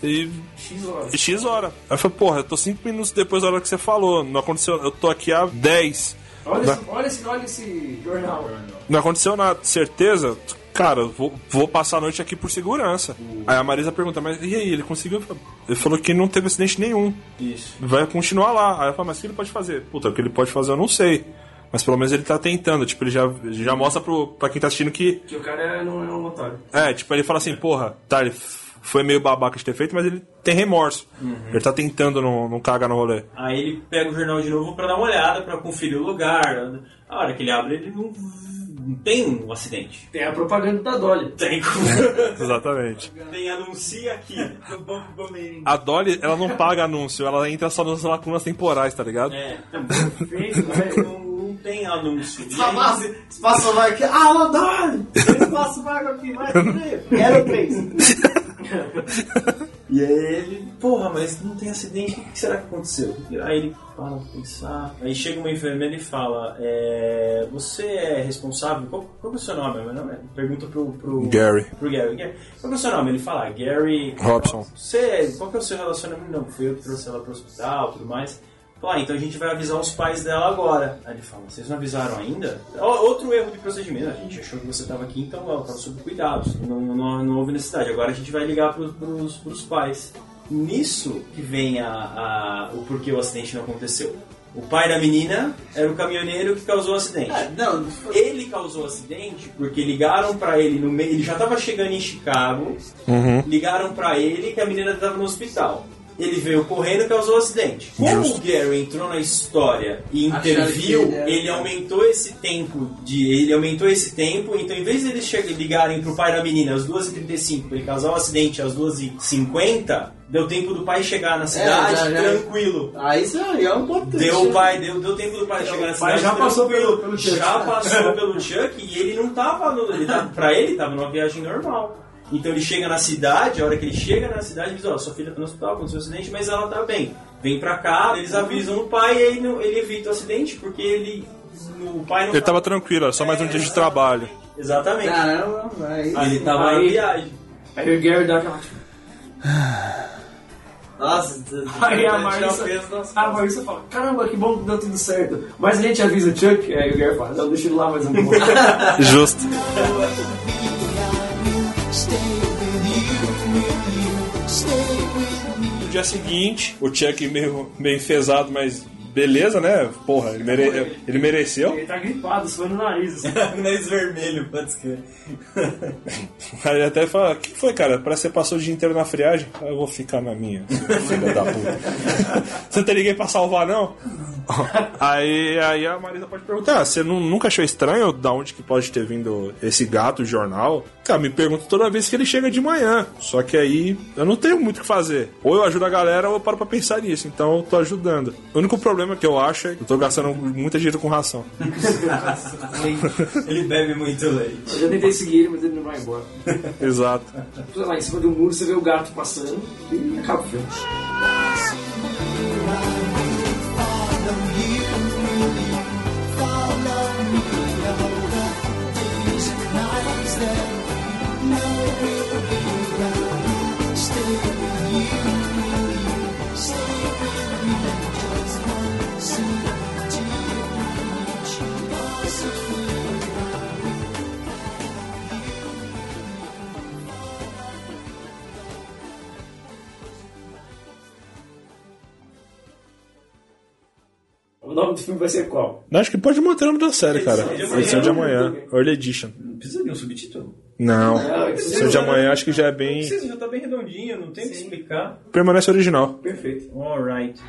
Speaker 2: e
Speaker 8: X horas.
Speaker 2: X hora. Aí eu falei, porra, eu tô 5 minutos depois da hora que você falou. Não aconteceu, eu tô aqui há 10.
Speaker 8: Olha,
Speaker 2: Não,
Speaker 8: esse, olha, esse, olha esse jornal.
Speaker 2: não aconteceu nada, certeza? Cara, eu vou, vou passar a noite aqui por segurança. Aí a Marisa pergunta, mas e aí, ele conseguiu? Ele falou que não teve acidente nenhum.
Speaker 10: Isso.
Speaker 2: vai continuar lá. Aí eu falo, mas o que ele pode fazer? Puta, o que ele pode fazer eu não sei. Mas pelo menos ele tá tentando. Tipo, ele já, já mostra pro, pra quem tá assistindo que.
Speaker 8: Que o cara não é um otário.
Speaker 2: É, tipo, ele fala assim, porra, tá, ele f- foi meio babaca de ter feito, mas ele tem remorso. Ele tá tentando não, não cagar no rolê.
Speaker 3: Aí ele pega o jornal de novo pra dar uma olhada, pra conferir o lugar. A hora que ele abre, ele não, não tem um acidente.
Speaker 8: Tem a propaganda da Dolly.
Speaker 3: Tem como.
Speaker 2: Exatamente.
Speaker 3: tem anuncia aqui no Banco Bameirinho.
Speaker 2: A Dolly, ela não paga anúncio, ela entra só nas lacunas temporais, tá ligado?
Speaker 3: É, tá bom, feito, mas não, não tem anúncio. E aí-
Speaker 4: Espaço, espaço vai aqui. Ah, Lodone! Espaço vago aqui, vai, três. Quero três.
Speaker 3: E aí ele, porra, mas não tem acidente, o que será que aconteceu? Aí ele para pra pensar. Aí chega uma enfermeira e fala: é, Você é responsável? Qual, qual que é o seu nome? Meu nome é- Pergunta pro, pro
Speaker 2: Gary.
Speaker 3: Pro Gary. Gary, Qual que é o seu nome? Ele fala: Gary.
Speaker 2: Robson.
Speaker 3: Você, qual que é o seu relacionamento? Não, fui eu que trouxe ela pro hospital e tudo mais. Fala, ah, então a gente vai avisar os pais dela agora. Aí ele fala, vocês não avisaram ainda? Ó, Outro erro de procedimento, a gente achou que você estava aqui, então ó, tava sob cuidados, não, não, não houve necessidade. Agora a gente vai ligar pros, pros, pros pais. Nisso que vem a, a- o porquê o acidente não aconteceu. O pai da menina era o caminhoneiro que causou o acidente.
Speaker 4: Ah, Não,
Speaker 3: Ele causou o acidente porque ligaram pra ele no meio. Ele já tava chegando em Chicago.
Speaker 2: Uhum.
Speaker 3: Ligaram pra ele que a menina tava no hospital. Ele veio correndo e causou o acidente. Como o Gary entrou na história e
Speaker 4: Acharam que
Speaker 3: interviu,
Speaker 4: ele
Speaker 3: ele,
Speaker 4: era-
Speaker 3: aumentou esse tempo de. Ele aumentou esse tempo, então em vez de eles che- ligarem pro pai da menina às 2h35 pra ele causar o acidente às 2h50, deu tempo do pai chegar na cidade
Speaker 4: É, já- já-
Speaker 3: tranquilo.
Speaker 4: aí você é um potente.
Speaker 3: Deu o pai, deu, deu tempo do pai chegar na
Speaker 8: pai
Speaker 3: cidade.
Speaker 8: já
Speaker 3: deu-
Speaker 8: passou pelo- pelo Chuck.
Speaker 3: Já passou pelo Chuck e ele não tava no. Ele tava, pra ele, tava numa viagem normal. Então ele chega na cidade, a hhora que ele chega na cidade, ele diz, ó, sua filha tá no hospital, aconteceu um acidente, mas ela tá bem. Vem pra cá, eles
Speaker 8: Uhum.
Speaker 3: avisam o pai e ele, não- ele evita o acidente, porque ele. O pai não
Speaker 2: Ele tava tranquilo, era só mais um dia de trabalho.
Speaker 3: Exatamente.
Speaker 4: Caramba, é aí.
Speaker 2: Ah.
Speaker 3: ele tava na
Speaker 8: Ah, Aí-
Speaker 3: viagem.
Speaker 8: Aí o Gary dá aquela.
Speaker 4: Nossa,
Speaker 8: Aí a
Speaker 4: Marisa.
Speaker 8: Marisa, a Marisa fala, caramba, que bom que deu tudo certo. Mas a gente avisa o Chuck, é, aí o Gary fala, não, deixa ele lá mais um pouco.
Speaker 2: Justo. No dia seguinte, o Chuck meio, meio enfesado, mas beleza, né? Porra, ele, mere- ele mereceu.
Speaker 8: ele tá gripado, suando o nariz. assim.
Speaker 3: Nariz vermelho, pode ser.
Speaker 2: Aí ele até fala: O que foi, cara? Parece que você passou o dia inteiro na friagem. Ah, Eu vou ficar na minha, filha da puta. Você não tem ninguém pra salvar, não? aí, aí a Marisa pode perguntar: ah, você nu- nunca achou estranho da onde que pode ter vindo esse gato jornal? Cara, me pergunto toda vez que ele chega de manhã. Só que aí eu não tenho muito o que fazer. Ou eu ajudo a galera ou eu paro pra pensar nisso. Então eu tô ajudando. O único problema que eu acho é que eu tô gastando muita dinheiro com ração.
Speaker 3: ele bebe muito leite.
Speaker 8: Eu já tentei seguir ele, mas ele não vai embora.
Speaker 2: Exato.
Speaker 8: Sei lá, em cima do muro você vê o gato passando e acaba o filme. O nome do filme vai ser qual?
Speaker 2: Eu acho que pode manter o nome da série, cara.
Speaker 8: Edição de
Speaker 2: Edição é de
Speaker 8: amanhã.
Speaker 2: amanhã. Early Edition.
Speaker 3: Precisa de um subtítulo?
Speaker 2: Não.
Speaker 3: Não,
Speaker 2: Edição de amanhã acho que já é
Speaker 3: Não
Speaker 2: bem.
Speaker 3: precisa, já tá bem redondinho, não tem o que explicar.
Speaker 2: Permanece original.
Speaker 3: Perfeito. Alright.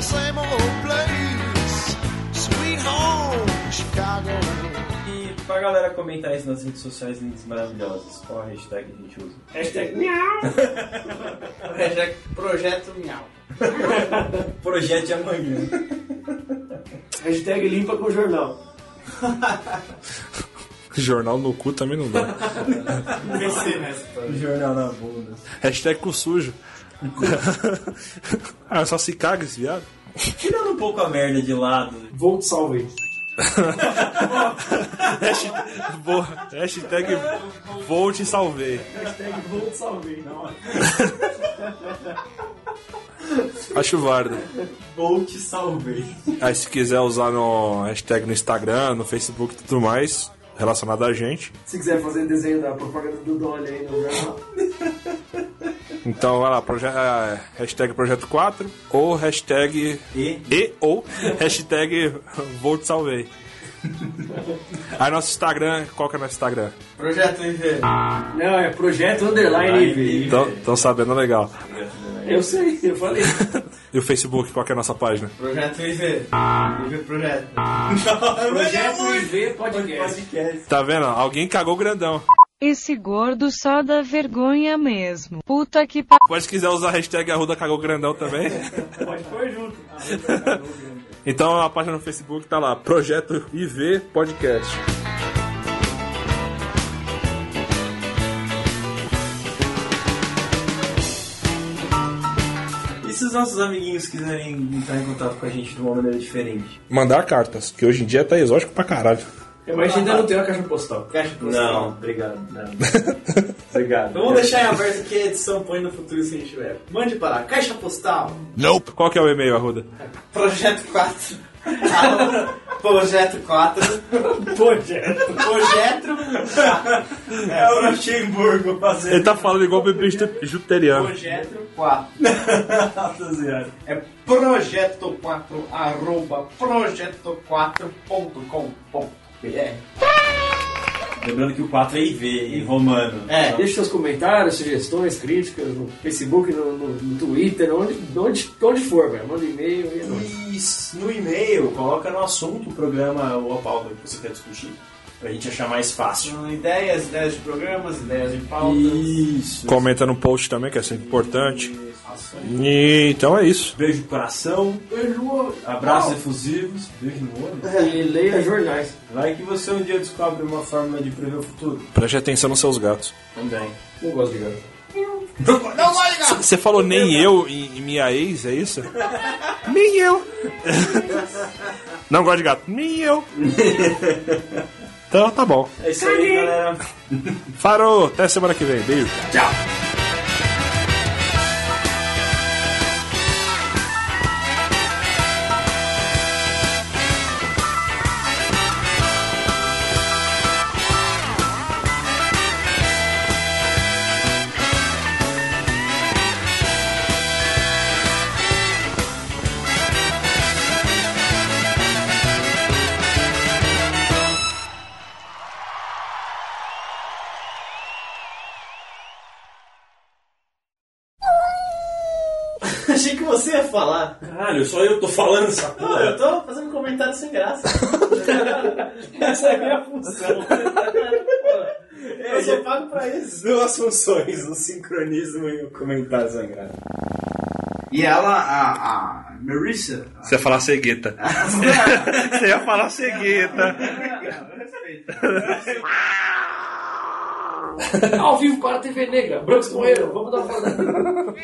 Speaker 6: Same old place, sweet home, Chicago.
Speaker 3: E pra galera comentar isso nas redes sociais, links maravilhosos, qual a hashtag que a gente usa?
Speaker 8: Hashtag miau.
Speaker 4: Projeto, projeto Miau.
Speaker 3: Projeto de amanhã.
Speaker 8: Hashtag limpa com o jornal.
Speaker 2: Jornal no cu também não dá.
Speaker 4: Pensei
Speaker 8: né?
Speaker 4: nessa história.
Speaker 3: Jornal na bunda.
Speaker 2: Hashtag cu sujo. ah, só se caga esse viado.
Speaker 3: Tirando um pouco a merda de lado.
Speaker 8: Vou te salvar.
Speaker 2: Hashtag, vo- hashtag vou te salvei.
Speaker 8: Hashtag vou te salvar. Não.
Speaker 2: Acho válido.
Speaker 3: Vou te salvei.
Speaker 2: Aí se quiser usar no hashtag no Instagram, no Facebook e tudo mais, relacionado a gente.
Speaker 8: Se quiser fazer desenho da propaganda do Dolly aí no jornal.
Speaker 2: Então vai lá, proje- ah, hashtag projeto 4 ou hashtag
Speaker 3: E?
Speaker 2: ou hashtag vou te salvei. Aí nosso Instagram, qual que é nosso Instagram?
Speaker 4: Projeto IV.
Speaker 8: Não, é projeto underline IV.
Speaker 2: Então, tão sabendo legal.
Speaker 8: Eu sei, eu falei.
Speaker 2: E o Facebook, qual que é a nossa página?
Speaker 4: Projeto IV. IV é Projeto.
Speaker 3: é
Speaker 8: Projeto IV podcast.
Speaker 3: Podcast.
Speaker 2: Tá vendo? Alguém cagou grandão.
Speaker 11: Esse gordo só dá vergonha mesmo. Puta que pa...
Speaker 2: Pode se quiser usar a hashtag Arruda Cagou Grandão também.
Speaker 8: Pode pôr junto.
Speaker 2: Então a página no Facebook tá lá, Projeto IV Podcast.
Speaker 3: E se os nossos amiguinhos quiserem entrar em contato com a gente de uma maneira diferente?
Speaker 2: Mandar cartas, que hoje em dia tá exótico pra caralho.
Speaker 8: Mas ainda não tem uma caixa postal.
Speaker 4: Caixa postal.
Speaker 3: Não, Então obrigado. Não. obrigado.
Speaker 4: Vamos deixar em aberto que a edição põe no futuro se a gente tiver. Mande para Caixa Postal,
Speaker 2: Nope. Qual que é o e-mail, Arruda?
Speaker 4: Projeto 4. arroba Projeto 4.
Speaker 3: Projeto.
Speaker 4: Projeto.
Speaker 3: É o Luxemburgo fazendo.
Speaker 2: Ele tá falando igual bebê jute- jupiteriano.
Speaker 4: Projeto 4.
Speaker 3: Nossa senhora.
Speaker 4: É projeto 4 arroba projeto4.com.br.
Speaker 3: Lembrando que o 4 é IV, em romano.
Speaker 4: É,
Speaker 8: Deixe seus comentários, sugestões, críticas no Facebook, no, no- no Twitter, onde, onde, onde for, velho. Manda e-mail e é nóis.
Speaker 3: E no e-mail, coloca no assunto o programa ou a pauta que você quer discutir. Pra gente achar mais fácil.
Speaker 4: deixam ideias, ideias de programas, ideias de pautas.
Speaker 3: Isso.
Speaker 2: Comenta no post também, que é sempre importante. E, então é isso.
Speaker 3: Beijo no coração, abraços efusivos, beijo no olho.
Speaker 8: E leia jornais.
Speaker 3: Vai que você um dia descobre uma fórmula de prever o futuro.
Speaker 2: Preste atenção nos seus gatos.
Speaker 3: Também.
Speaker 8: Não gosto de gato.
Speaker 2: Você falou nem eu e e minha ex, é isso? nem eu. Não gosto de gato. Nem eu. Então tá bom.
Speaker 3: É isso aí, galera.
Speaker 2: Farou, até semana que vem. Beijo.
Speaker 4: falar.
Speaker 3: Caralho, só eu tô falando essa
Speaker 4: Não,
Speaker 3: porra.
Speaker 4: eu tô fazendo comentário sem graça.
Speaker 3: Essa é a minha função.
Speaker 4: Eu só pago pra isso.
Speaker 12: Duas funções, o sincronismo e o comentário sangrado.
Speaker 4: E ela, a, a Marissa.
Speaker 2: Você ia falar cegueta. Você ia falar cegueta.
Speaker 8: Tá Ao vivo para a TV Negra, Brancos morreram, vamos dar uma fora.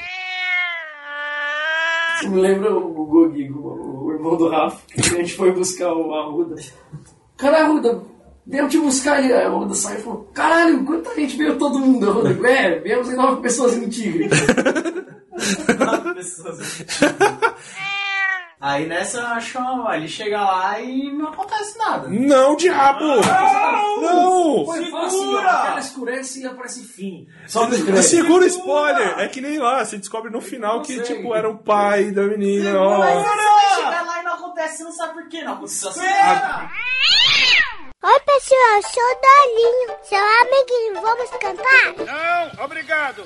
Speaker 8: Isso me lembra o Gogui, o o irmão do Rafa, que a gente foi buscar o Arruda. Cara, Arruda, deu te buscar ele. Aí o Arruda saiu e falou: Caralho, quanta gente veio todo mundo, Arruda? É, viemos em nove pessoas em um tigre.
Speaker 4: Ah, Aí nessa achou, ele chega lá e não acontece nada.
Speaker 2: Não, diabo!
Speaker 3: Ah,
Speaker 2: Não!
Speaker 8: Foi fácil, ó, o cara escurece e aparece fim. Só tipo,
Speaker 2: Segura Segura o spoiler! É que nem lá, você descobre no final que, tipo, era o pai da menina. ó.
Speaker 3: é
Speaker 4: Mas você vai chegar lá e não acontece, você não sabe por quê, não aconteceu assim.
Speaker 2: Espera!
Speaker 13: Oi, pessoal, sou o Dolinho, seu amiguinho. Vamos cantar?
Speaker 5: Não, obrigado.